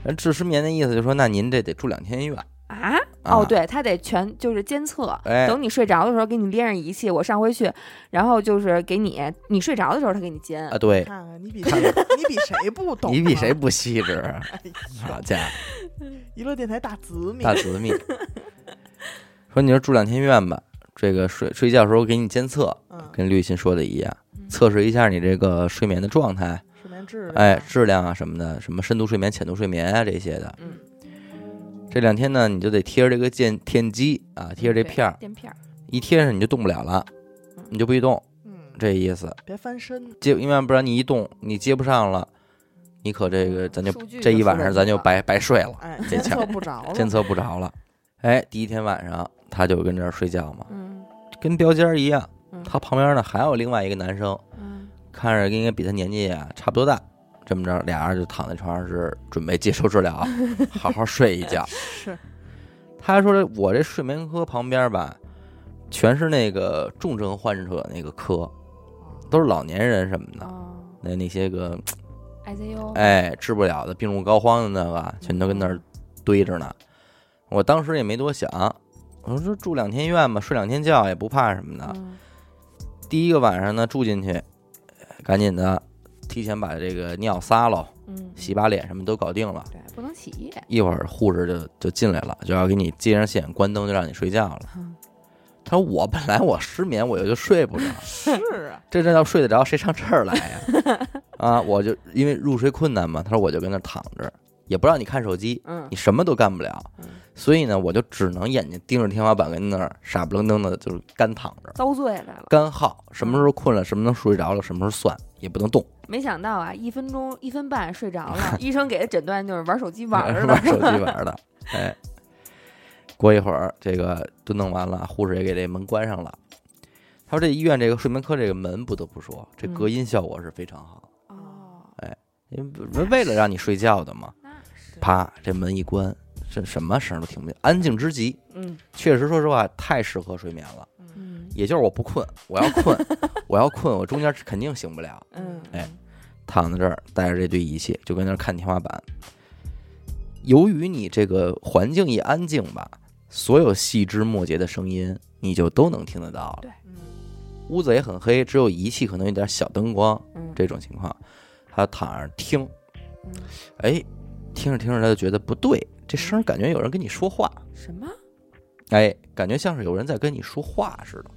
Speaker 1: 人治失眠的意思就是说，那您这得住两天医院。
Speaker 3: 啊，
Speaker 1: 啊
Speaker 3: 哦，对，他得全就是监测，
Speaker 1: 哎
Speaker 3: 等你睡着的时候给你连上仪器。我上回去，然后就是给你，你睡着的时候他给你监
Speaker 1: 啊，。对，
Speaker 2: 看看你比
Speaker 1: 看
Speaker 2: 谁，你比谁不懂？啊
Speaker 1: 你比谁？不细 致？啊
Speaker 2: 哎
Speaker 1: 好
Speaker 2: 呦，
Speaker 1: 家伙！
Speaker 2: 娱乐电台大紫米
Speaker 3: 啊
Speaker 1: 大紫密说：“你说住两天院吧，这个睡睡觉的时候给你监测，
Speaker 2: 嗯，
Speaker 1: 跟绿心说的一样，
Speaker 3: 嗯
Speaker 1: 测试一下你这个睡眠的状态，
Speaker 2: 睡眠质量，
Speaker 3: 嗯
Speaker 1: 哎，质量啊什么的，什么深度睡眠、浅度睡眠啊这些的。
Speaker 3: 嗯，
Speaker 1: 这两天呢，你就得贴着这个电电击啊，贴着这片儿，
Speaker 3: 垫片儿，
Speaker 1: 一贴上你就动不了了
Speaker 3: 嗯，
Speaker 1: 你就不许动，
Speaker 2: 嗯，
Speaker 1: 这意思。
Speaker 2: 别翻身，
Speaker 1: 接，因为不然你一动，你接不上了，你可这个咱就
Speaker 3: 数据
Speaker 1: 这一
Speaker 3: 就
Speaker 1: 晚
Speaker 3: 出
Speaker 1: 上
Speaker 3: 问
Speaker 1: 咱
Speaker 3: 题
Speaker 1: 就
Speaker 3: 了
Speaker 1: 白白睡了。”
Speaker 2: 哎，
Speaker 1: 这
Speaker 2: 监
Speaker 1: 钱
Speaker 2: 测不着了，
Speaker 1: 监测不着了。哎，第一天晚上他就跟这儿睡觉嘛，
Speaker 3: 嗯
Speaker 1: 跟标间儿一样
Speaker 3: 嗯。
Speaker 1: 他旁边呢还有另外一个男生，
Speaker 3: 嗯
Speaker 1: 看着应该比他年纪啊差不多大。这么着，俩人就躺在床上是准备接受治疗，好好睡一觉。
Speaker 2: 是，
Speaker 1: 他说：“我这睡眠科旁边吧，全是那个重症患者那个科，都是老年人什么的，
Speaker 3: 哦
Speaker 1: 那那些个
Speaker 3: ，ICU，
Speaker 1: 哎，治不了的病入膏肓的那个，全都跟
Speaker 3: 嗯
Speaker 1: 那儿堆着呢。我当时也没多想，我说住两天院吧，睡两天觉也不怕什么的。
Speaker 3: 嗯
Speaker 1: 第一个晚上呢，住进去，呃赶紧的提前把这个尿撒喽，
Speaker 3: 嗯，
Speaker 1: 洗把脸什么都搞定了。
Speaker 3: 对，不能起夜，
Speaker 1: 一会儿护士就就进来了，就要给你接上线，关灯就让你睡觉了。
Speaker 3: 嗯
Speaker 1: 他说我本来我失眠，我就睡不着，
Speaker 2: 是啊，
Speaker 1: 这这要睡得着，谁上这儿来呀？ 啊，我就因为入睡困难嘛，他说我就跟那儿躺着，也不让你看手机，
Speaker 3: 嗯
Speaker 1: 你什么都干不了
Speaker 3: 嗯，
Speaker 1: 所以呢，我就只能眼睛盯着天花板，跟那儿傻不愣登的，就是干躺着，
Speaker 3: 遭罪来了。
Speaker 1: 干耗。什么时候困了，什么时候睡着了，什么时候算，也不能动，
Speaker 3: 没想到啊，一分钟一分半睡 着了，医生给的诊断就是玩手机玩儿
Speaker 1: 嗯玩
Speaker 3: 的。
Speaker 1: 手机 玩儿的。哎，过一会儿这个都弄完了，护士也给这门关上了。他说这医院这个睡眠科这个门，不得不说，这
Speaker 3: 嗯
Speaker 1: 隔音效果是非常好，
Speaker 3: 哦，
Speaker 1: 因为为了让你睡觉的嘛。
Speaker 3: 那是，
Speaker 1: 啪，这门一关，这什么声儿都听不见，安静之极。
Speaker 3: 嗯
Speaker 1: 确实，说实话，太适合睡眠了。
Speaker 3: 嗯
Speaker 1: 也就是我不困，我要困，我要困，我中间肯定醒不了。
Speaker 3: 嗯，
Speaker 1: 哎，躺在这儿，带着这堆仪器，就跟那儿看天花板。由于你这个环境一安静吧，所有细枝末节的声音你就都能听得到了。
Speaker 2: 嗯，
Speaker 1: 屋子也很黑，只有仪器可能有点小灯光，
Speaker 3: 嗯
Speaker 1: 这种情况，他躺着听
Speaker 3: 嗯，
Speaker 1: 哎，听着听着他就觉得不对，这声儿感觉有人跟你说话，
Speaker 3: 什么？
Speaker 1: 哎，感觉像是有人在跟你说话似的。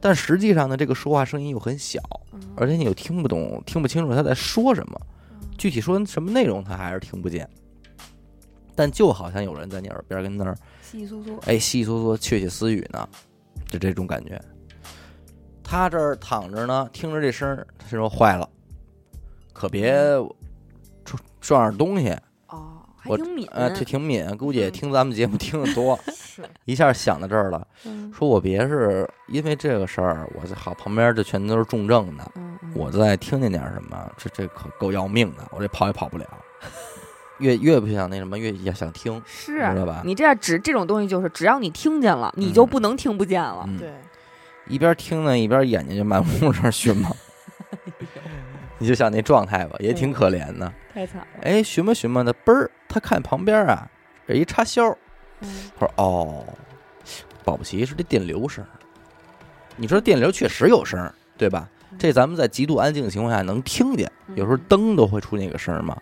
Speaker 1: 但实际上呢，这个说话声音又很小，
Speaker 3: 嗯
Speaker 1: 而且你又听不懂、听不清楚他在说什么，具体说什么内容他还是听不见。但就好像有人在你耳边跟那儿
Speaker 3: 稀稀疏疏，
Speaker 1: 哎稀稀嗦嗦、窃窃私语呢，就这种感觉。他这儿躺着呢，听着这声儿，他说坏了，可别撞撞上东西，
Speaker 3: 哦，还
Speaker 1: 我
Speaker 3: 挺敏
Speaker 1: 呃，挺挺敏，估计也听咱们节目听得多，
Speaker 2: 是
Speaker 1: 一下想到这儿了，
Speaker 3: 嗯
Speaker 1: 说我别是因为这个事儿，我这好旁边这全都是重症的，
Speaker 3: 嗯，嗯
Speaker 1: 我再听见点什么，这这可够要命的，我这跑也跑不了。 越越不想那什么，越要想听，
Speaker 3: 是
Speaker 1: 知道吧
Speaker 3: 你这样只这种东西就是，只要你听见了，你就
Speaker 1: 嗯
Speaker 3: 不能听不见了。
Speaker 1: 嗯，
Speaker 2: 对，
Speaker 1: 一边听呢，一边眼睛就满屋这儿寻嘛。
Speaker 3: 哎
Speaker 1: 你就想那状态吧，也挺可怜的。
Speaker 3: 太惨了。
Speaker 1: 哎，寻吧寻吧的，嘣儿，他看旁边啊，有一插销，
Speaker 3: 嗯
Speaker 1: 他说：“哦，保不齐是这电流声儿。你说电流确实有声儿，对吧？这咱们在极度安静的情况下能听见，
Speaker 3: 嗯
Speaker 1: 有时候灯都会出那个声儿嘛。”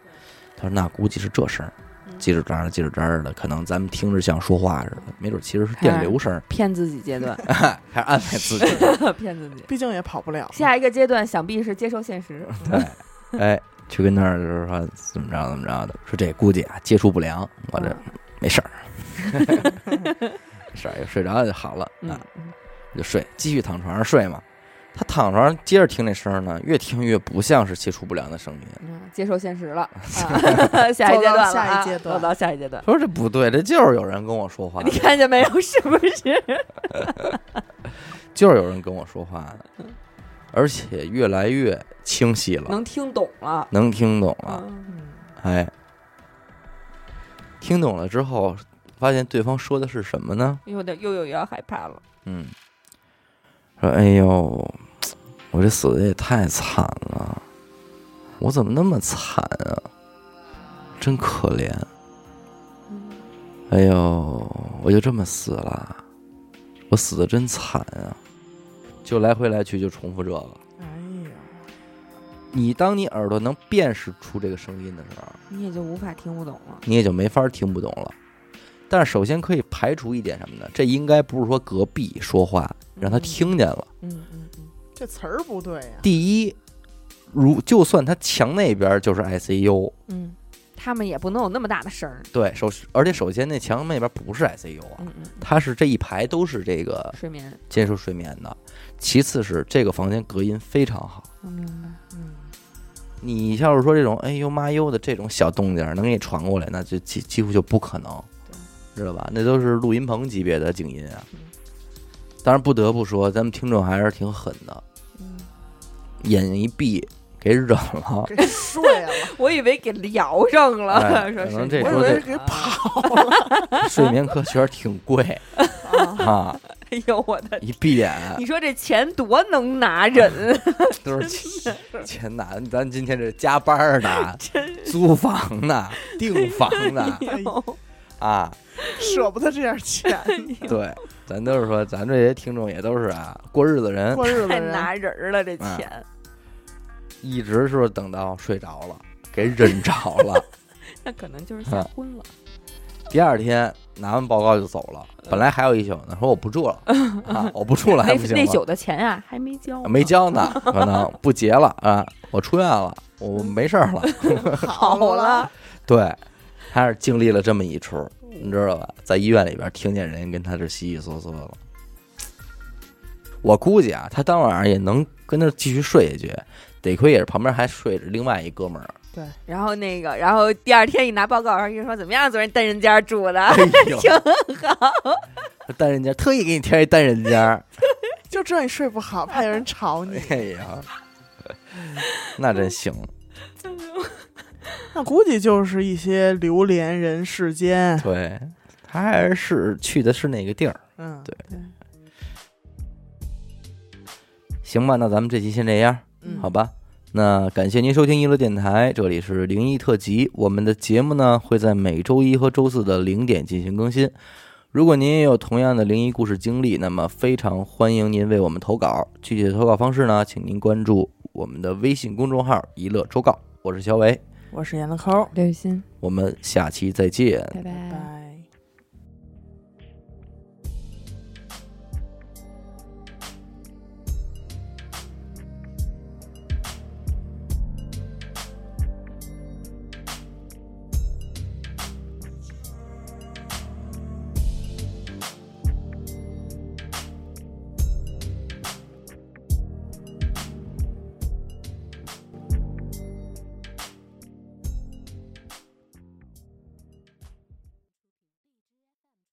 Speaker 1: 他说：“那估计是这声儿，
Speaker 3: 嗯
Speaker 1: 叽吱喳喳，叽吱喳喳的，可能咱们听着像说话似的，没准其实是电流声儿。
Speaker 3: 骗自己阶段，
Speaker 1: 开始安慰自己，
Speaker 3: 骗自己。
Speaker 2: 毕竟也跑不了。
Speaker 3: 下一个阶段想必是接受现实。
Speaker 1: 对，哎，去跟那儿就是说怎么着怎么着的，说这估计啊接触不良，我
Speaker 3: 嗯
Speaker 1: 这没事儿， 没事儿，睡着了就好了啊。
Speaker 3: 嗯，嗯
Speaker 1: 就睡，继续躺床上睡嘛。他躺床上接着听这声儿呢，越听越不像是接触不良的声音。
Speaker 3: 嗯，接受现实 了，啊下一阶段了啊，
Speaker 2: 走到下一阶段
Speaker 3: 走到下一阶段。
Speaker 1: 他说这不对，这就是有人跟我说话
Speaker 3: 你，看见没有？ 是不是？
Speaker 1: 就是有人跟我说话的，而且越来越清晰了，
Speaker 3: 能听懂了。
Speaker 1: 能听懂了。
Speaker 3: 嗯
Speaker 2: 嗯，
Speaker 1: 哎，听懂了之后，发现对方说的是什么呢？
Speaker 3: 又得又有要害怕了。
Speaker 1: 嗯，说哎呦，我这死的也太惨了，我怎么那么惨啊？真可怜。哎呦，我就这么死了，我死的真惨啊！就来回来去就重复这个。
Speaker 2: 哎呀，
Speaker 1: 你当你耳朵能辨识出这个声音的时候，
Speaker 3: 你也就无法听不懂了。
Speaker 1: 你也就没法听不懂了。但是首先可以排除一点什么呢？这应该不是说隔壁说话让他听见了。
Speaker 3: 嗯嗯嗯，
Speaker 2: 这词儿不对呀、
Speaker 1: 第一，如就算他墙那边就是 ICU，
Speaker 3: 嗯，他们也不能有那么大的声儿。
Speaker 1: 对，首而且首先那墙那边不是 ICU 啊，
Speaker 3: 嗯嗯，
Speaker 1: 它是这一排都是这个
Speaker 3: 睡眠，
Speaker 1: 接受睡眠的。其次是这个房间隔音非常好。
Speaker 3: 我明白。
Speaker 2: 嗯，
Speaker 1: 你要是说这种哎呦妈呦的这种小动静儿能给你传过来，那就几几乎就不可能，知道吧？那都是录音棚级别的静音啊
Speaker 3: 嗯。
Speaker 1: 当然不得不说，咱们听众还是挺狠的，
Speaker 3: 嗯，
Speaker 1: 眼睛一闭给忍 了。
Speaker 2: 给睡 了，
Speaker 3: 我以为给聊上了，
Speaker 1: 哎
Speaker 3: 说
Speaker 1: 可
Speaker 3: 是
Speaker 1: 能这
Speaker 2: 我以
Speaker 1: 说
Speaker 2: 为
Speaker 1: 这
Speaker 2: 是给
Speaker 3: 啊
Speaker 2: 跑
Speaker 1: 睡眠科确实挺贵
Speaker 2: 了。啊
Speaker 1: 啊，
Speaker 3: 哎呦我的，
Speaker 1: 一闭眼
Speaker 3: 你说这钱多能拿人，
Speaker 1: 都是钱 钱拿。咱今天这加班儿呢，租房呢，订房呢
Speaker 3: 哎呦
Speaker 1: 啊，
Speaker 2: 舍不得这点 钱，
Speaker 1: 对，咱都是说，咱这些听众也都是啊，过日子人。
Speaker 2: 过日子
Speaker 3: 太
Speaker 2: 人
Speaker 3: 拿人儿了这
Speaker 1: 哎
Speaker 3: 钱，
Speaker 1: 一直是等到睡着了，给忍着了。
Speaker 3: 那可能
Speaker 1: 哎
Speaker 3: 就是吓昏了。
Speaker 1: 第二天拿完报告就走了，本来还有一宿呢，说我不住了啊，我不住了
Speaker 3: 那
Speaker 1: 还不行
Speaker 3: 那
Speaker 1: 吗？
Speaker 3: 宿的钱啊还没交，
Speaker 1: 没。交呢，可能不结了啊，我出院了，我没事儿了。
Speaker 2: 好
Speaker 3: 好了，，
Speaker 1: 对，还是经历了这么一出，你知道吧？在医院里边听见人跟他这稀稀嗦嗦了。我估计啊，他当晚上也能跟那儿继续睡下去，得亏也是旁边还睡着另外一哥们儿。
Speaker 3: 然后那个，然后第二天一拿报告，然后医生说怎么样？昨天单人间住的，
Speaker 1: 哎呦，
Speaker 3: 挺
Speaker 1: 单人间特意给你贴一单人间儿，
Speaker 2: 就这你睡不好，怕有人吵你。
Speaker 1: 哎呀， 那真行。
Speaker 2: 那估计就是一些流连人世间，
Speaker 1: 对，他还是去的是那个地儿。
Speaker 2: 嗯，
Speaker 1: 对行吧，那咱们这期先这样，
Speaker 2: 嗯，
Speaker 1: 好吧？那感谢您收听一乐电台，这里是灵异特辑。我们的节目呢会在每周一和周四的零点进行更新。如果您也有同样的灵异故事经历，那么非常欢迎您为我们投稿。具体的投稿方式呢，请您关注我们的微信公众号“一乐周告”。我是小伟，
Speaker 2: 我是闫德抠，
Speaker 1: 刘雨欣，
Speaker 3: 我们下期再见。
Speaker 1: 拜拜
Speaker 2: 拜。